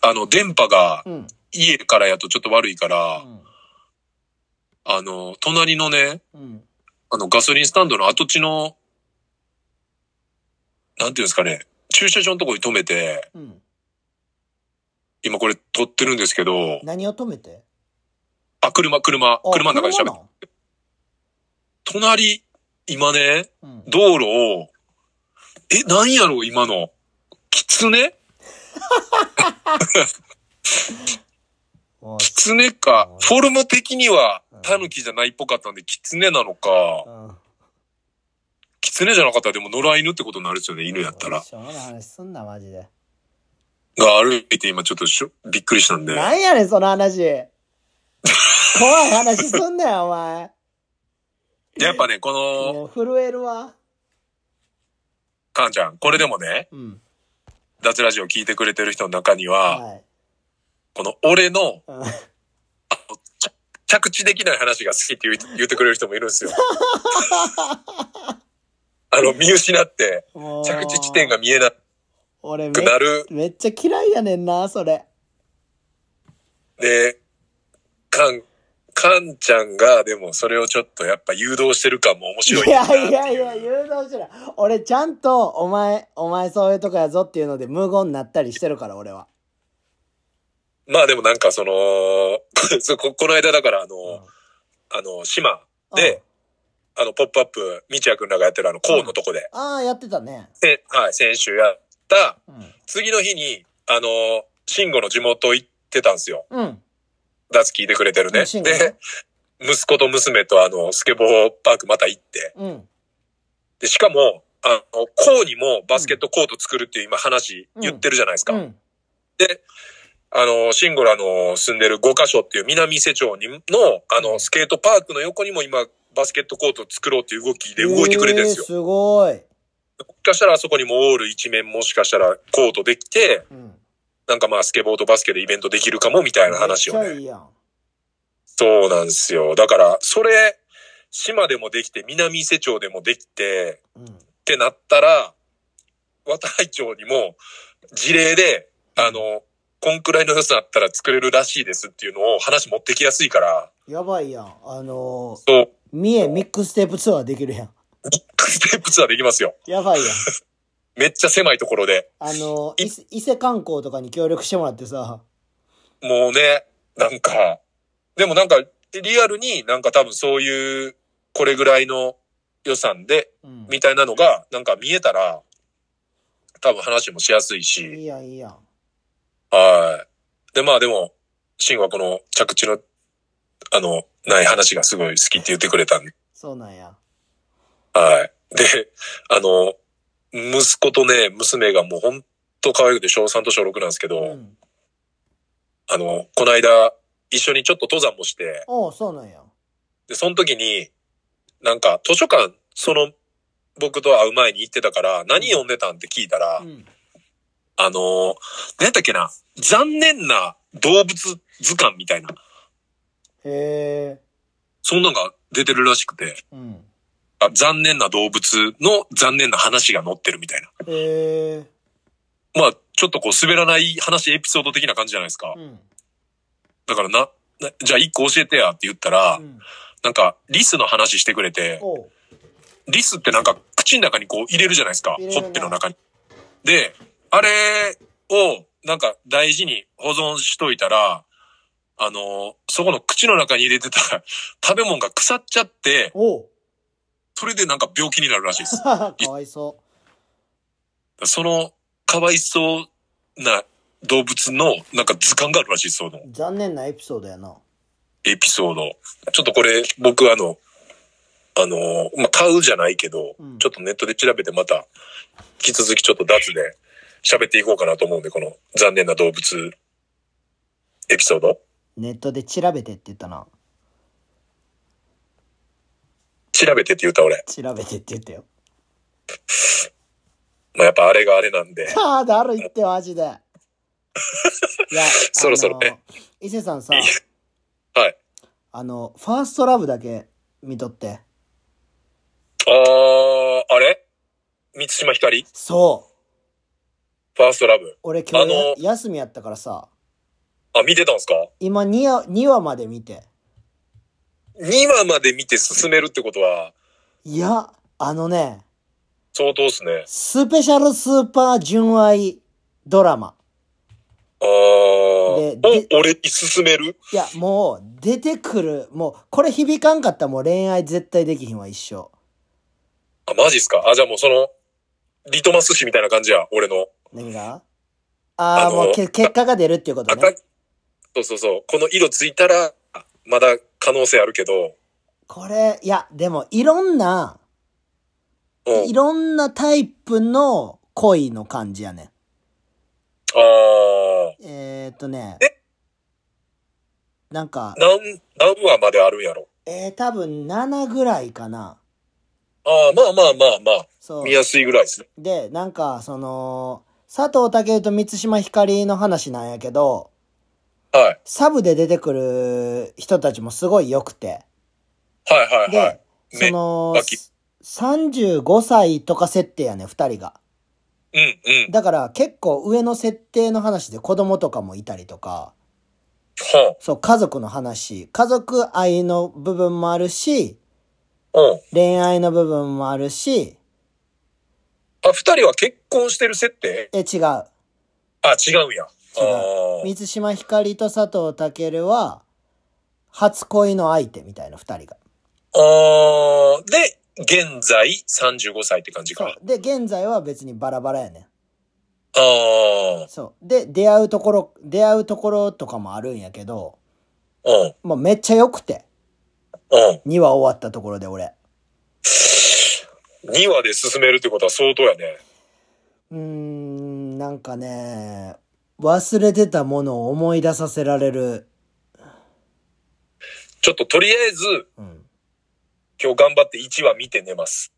S2: あの、電波が
S1: うん。
S2: 家からやとちょっと悪いから
S1: う、ん
S2: あの、隣のね、
S1: うん。
S2: あの、ガソリンスタンドの跡地の、なんていうんですかね、駐車場のとこに止めて、
S1: うん。
S2: 今これ撮ってるんですけど、
S1: 何を止めて
S2: あ、車、車、
S1: あ
S2: 車の中で喋
S1: 車
S2: って。
S1: なん
S2: 隣、今ね、
S1: うん。
S2: 道路を、え、なんやろう、今の。狐
S1: お
S2: 狐か。フォルム的には、タヌキじゃないっぽかったんで、狐なのか
S1: う。ん。
S2: 狐じゃなかったら、でも野良犬ってことになるんですよね、犬やったら。
S1: しょうもない話すんな、マジで。
S2: が歩いて今ちょっとしょびっくりしたんで。
S1: なんやねん、その話。怖い話すんなよ、お前。
S2: やっぱね、この、
S1: もう震えるわ。
S2: かんちゃん、これでもね、
S1: うん。
S2: 脱ラジオ聞いてくれてる人の中には、
S1: はい。
S2: この俺の
S1: うん
S2: 着地できない話が好きって言う 言ってくれる人もいるんですよ。 あの、見失って、
S1: もう
S2: 着地地点が見えな
S1: 俺め
S2: くなる。
S1: めっちゃ嫌いやねんなそれ
S2: で、かん、かんちゃんが、でもそれをちょっとやっぱ誘導してる感も面
S1: い
S2: 白いなって
S1: や
S2: いう。
S1: いやいや誘導しない俺ちゃんとお前お前そういうとこやぞっていうので無言になったりしてるから俺は、
S2: まあでもなんかその、 そうここの間だからあの、
S1: う
S2: あの、島
S1: ん
S2: で、あの、ポップアップ、みちやくんらがやってるあの、コーのとこで、
S1: ああやってたね
S2: せはい、先週やった、
S1: うん
S2: 次の日に、あの、慎吾の地元行っってたんですよ。
S1: うん。
S2: 脱聞いてくれてるね。
S1: シングル
S2: で
S1: ね、
S2: 息子と娘とあの、スケボーパークまた行って。
S1: うん。
S2: で、しかも、あの、校にもバスケットコート作るっていう今話言ってるじゃないですか。
S1: うん。
S2: あの、シンゴラの住んでる5カ所っていう南伊勢町にの、あ
S1: う
S2: の、
S1: ん
S2: スケートパークの横にも今、バスケットコート作ろうっていう動きで動いてくれてるんですよ。
S1: えーすごい。
S2: もしかしたらあそこにもオール一面もしかしたらコートできて、
S1: うん。
S2: なんかまあスケボーとバスケでイベントできるかもみたいな話を
S1: めっちゃ
S2: ね。
S1: いいやん。
S2: そうなんですよ。だから、それ、島でもできて、南伊勢町でもできて、
S1: うん。
S2: ってなったら、和太町にも事例で、あの、こんくらいの良さあったら作れるらしいですっていうのを話持ってきやすいから、
S1: やばいやん。あのー、
S2: そう、
S1: 三重ミックステープツアーできるやん。
S2: ステップツアーできますよ。
S1: やばいやん。
S2: めっちゃ狭いところで。
S1: あの ー、伊勢伊勢観光とかに協力してもらってさ。
S2: もうね、なんか、でもなんか、リアルになんか多分そういう、これぐらいの予算で、
S1: うん。
S2: みたいなのが、なんか見えたら、多分話もしやすいし、
S1: いいやん、いいやん。
S2: はい。で、まあでも、シンはこの着地の、あの、ない話がすごい好きって言ってくれたんで、
S1: そうなんや。
S2: はい。で、あの、息子とね、娘がもうほんと可愛くて、小3と小6なんですけど、
S1: うん。
S2: あの、この間、一緒にちょっと登山もして、
S1: おう、そうなんや。
S2: で、その時に、なんか図書館、その、僕と会う前に行ってたから、何読んでたんって聞いたら、
S1: うん。
S2: あのー、何やったっけな、残念な動物図鑑みたいな、
S1: へえ。
S2: そんなのが出てるらしくて、
S1: うん。
S2: あ残念な動物の残念な話が載ってるみたいな。
S1: へえ。
S2: まあ、ちょっとこう滑らない話エピソード的な感じじゃないですか
S1: う。ん。
S2: だからな、なじゃあ一個教えてやって言ったら、
S1: うん。
S2: なんか、リスの話してくれて、
S1: おう。
S2: リスってなんか口の中にこう入れるじゃないですか。
S1: 入れる
S2: ほ
S1: ね
S2: っぺの中に。で、あれをなんか大事に保存しといたら、あの、そこの口の中に入れてた 食べ物が腐っちゃって、
S1: おう。
S2: それでなんか病気になるらしいです。
S1: かわいそ
S2: その、かわいそうな動物のなんか図鑑があるらしいです、その
S1: う。残念なエピソードやな。
S2: エピソード。ちょっとこれ僕あの、あの、まあ、買うじゃないけど、
S1: うん
S2: ちょっとネットで調べてまた、引き続きちょっと脱で喋っていこうかなと思うんで、この残念な動物エピソード。
S1: ネットで調べてって言ったな。
S2: 調べてって言った俺。
S1: 調べてって言ったよ。
S2: まあ、やっぱあれがあれな んで。
S1: ああ、だるいってマ ジで。いや、
S2: そろそろね
S1: あの。伊勢さんさ、
S2: はい。
S1: あの、ファーストラブだけ見とって。
S2: あー、あれ三島ひかり
S1: そう。
S2: ファーストラブ。
S1: 俺今日や、
S2: あの
S1: 休みやったからさ、
S2: あ、見てたんすか
S1: 今 2, 話2話まで見て。
S2: ?2 話まで見て進めるってことは、
S1: いや、あのね、
S2: 相当っすね。
S1: スペシャルスーパー純愛ドラマ。
S2: あー、お
S1: でで、
S2: 俺に進める
S1: いや、もう、出てくる、もう、これ響かんかったらもう恋愛絶対できひんわ、一生。
S2: あ、マジっすかあ、じゃあもうその、リトマス紙みたいな感じや、俺の。
S1: 何がああ、
S2: あの
S1: もうけ、結果が出るっていうこと
S2: 赤
S1: ね
S2: い。そうそうそう。この色ついたら、まだ可能性あるけど、
S1: これ、いや、でも、いろんな、
S2: うん
S1: い。ろんなタイプの恋の感じやねん。
S2: あ
S1: えー、っとね
S2: え。
S1: なんか
S2: ー、何、何話まであるんやろ。
S1: えー、多分7ぐらいかな。
S2: ああ、まあまあまあま
S1: そ
S2: あ、
S1: う
S2: 見。やすいぐらいですね。
S1: で、なんか、その、佐藤健と満島ひかりの話なんやけど、
S2: はい。
S1: サブで出てくる人たちもすごい良くて。
S2: はいはい
S1: で、
S2: はい。
S1: その
S2: ね秋、
S1: 35歳とか設定やね、2人が。
S2: うんうん。
S1: だから結構上の設定の話で子供とかもいたりとか、
S2: は
S1: そう、家族の話、家族愛の部分もあるし、
S2: あ。うん。
S1: 恋愛の部分もあるし、
S2: あ、二人は結婚してる設定
S1: え、違う。
S2: あ、違うんや。あ
S1: 違う。
S2: あ。
S1: 満島ひかりと佐藤健は、初恋の相手みたいな二人が。
S2: ああ。で、現在35歳って感じ
S1: そ
S2: か。
S1: う。で、現在は別にバラバラやね。
S2: あ
S1: そう。で、出会うところ、出会うところとかもあるんやけど、
S2: あ、うん、
S1: もうめっちゃ良くて、
S2: う
S1: 2話終わったところで俺。
S2: ん。2話で進めるってことは相当やね。
S1: うーん、なんかね、忘れてたものを思い出させられる。
S2: ちょっととりあえず、
S1: うん。
S2: 今日頑張って1話見て寝ます。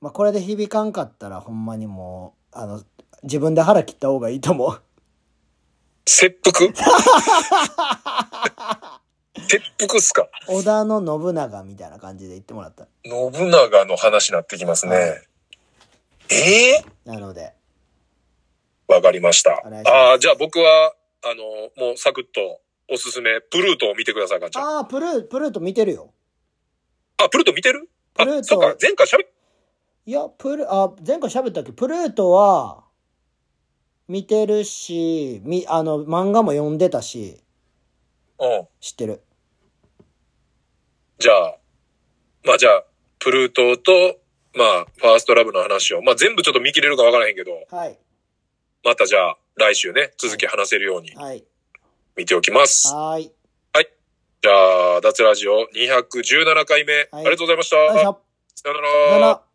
S1: まあ、これで響かんかったらほんまにもう、あの、自分で腹切った方がいいと思 う。
S2: 切 腹切腹っすか
S1: 織田の信長みたいな感じで言ってもらった。
S2: 信長の話になってきますね。
S1: はい
S2: ええ
S1: なので、
S2: わかりました
S1: お願いし。ます
S2: ああ、じゃあ僕は、あの、もうサクッとおすすめ、プルートを見てください、ガチャ。
S1: ああ、プルー、プルート見てるよ。
S2: あ、プルート見てる
S1: プルー
S2: あ、
S1: ト
S2: そっか、前回喋っ
S1: いや、プル、あ、前回喋ったっけプルートは、見てるし、み、あの、漫画も読んでたし、
S2: うん。
S1: 知ってる。
S2: じゃあ、まあじゃあ、プルートと、まあ、ファーストラブの話を、まあ全部ちょっと見切れるかわからへんけど、
S1: はい。
S2: またじゃあ、来週ね、続き話せるように
S1: はい。
S2: 見ておきます。
S1: はーい。
S2: じゃあ、脱ラジオ217回目、ありがとうございました。
S1: よいしょ。
S2: さよな
S1: さよな
S2: ら
S1: ら。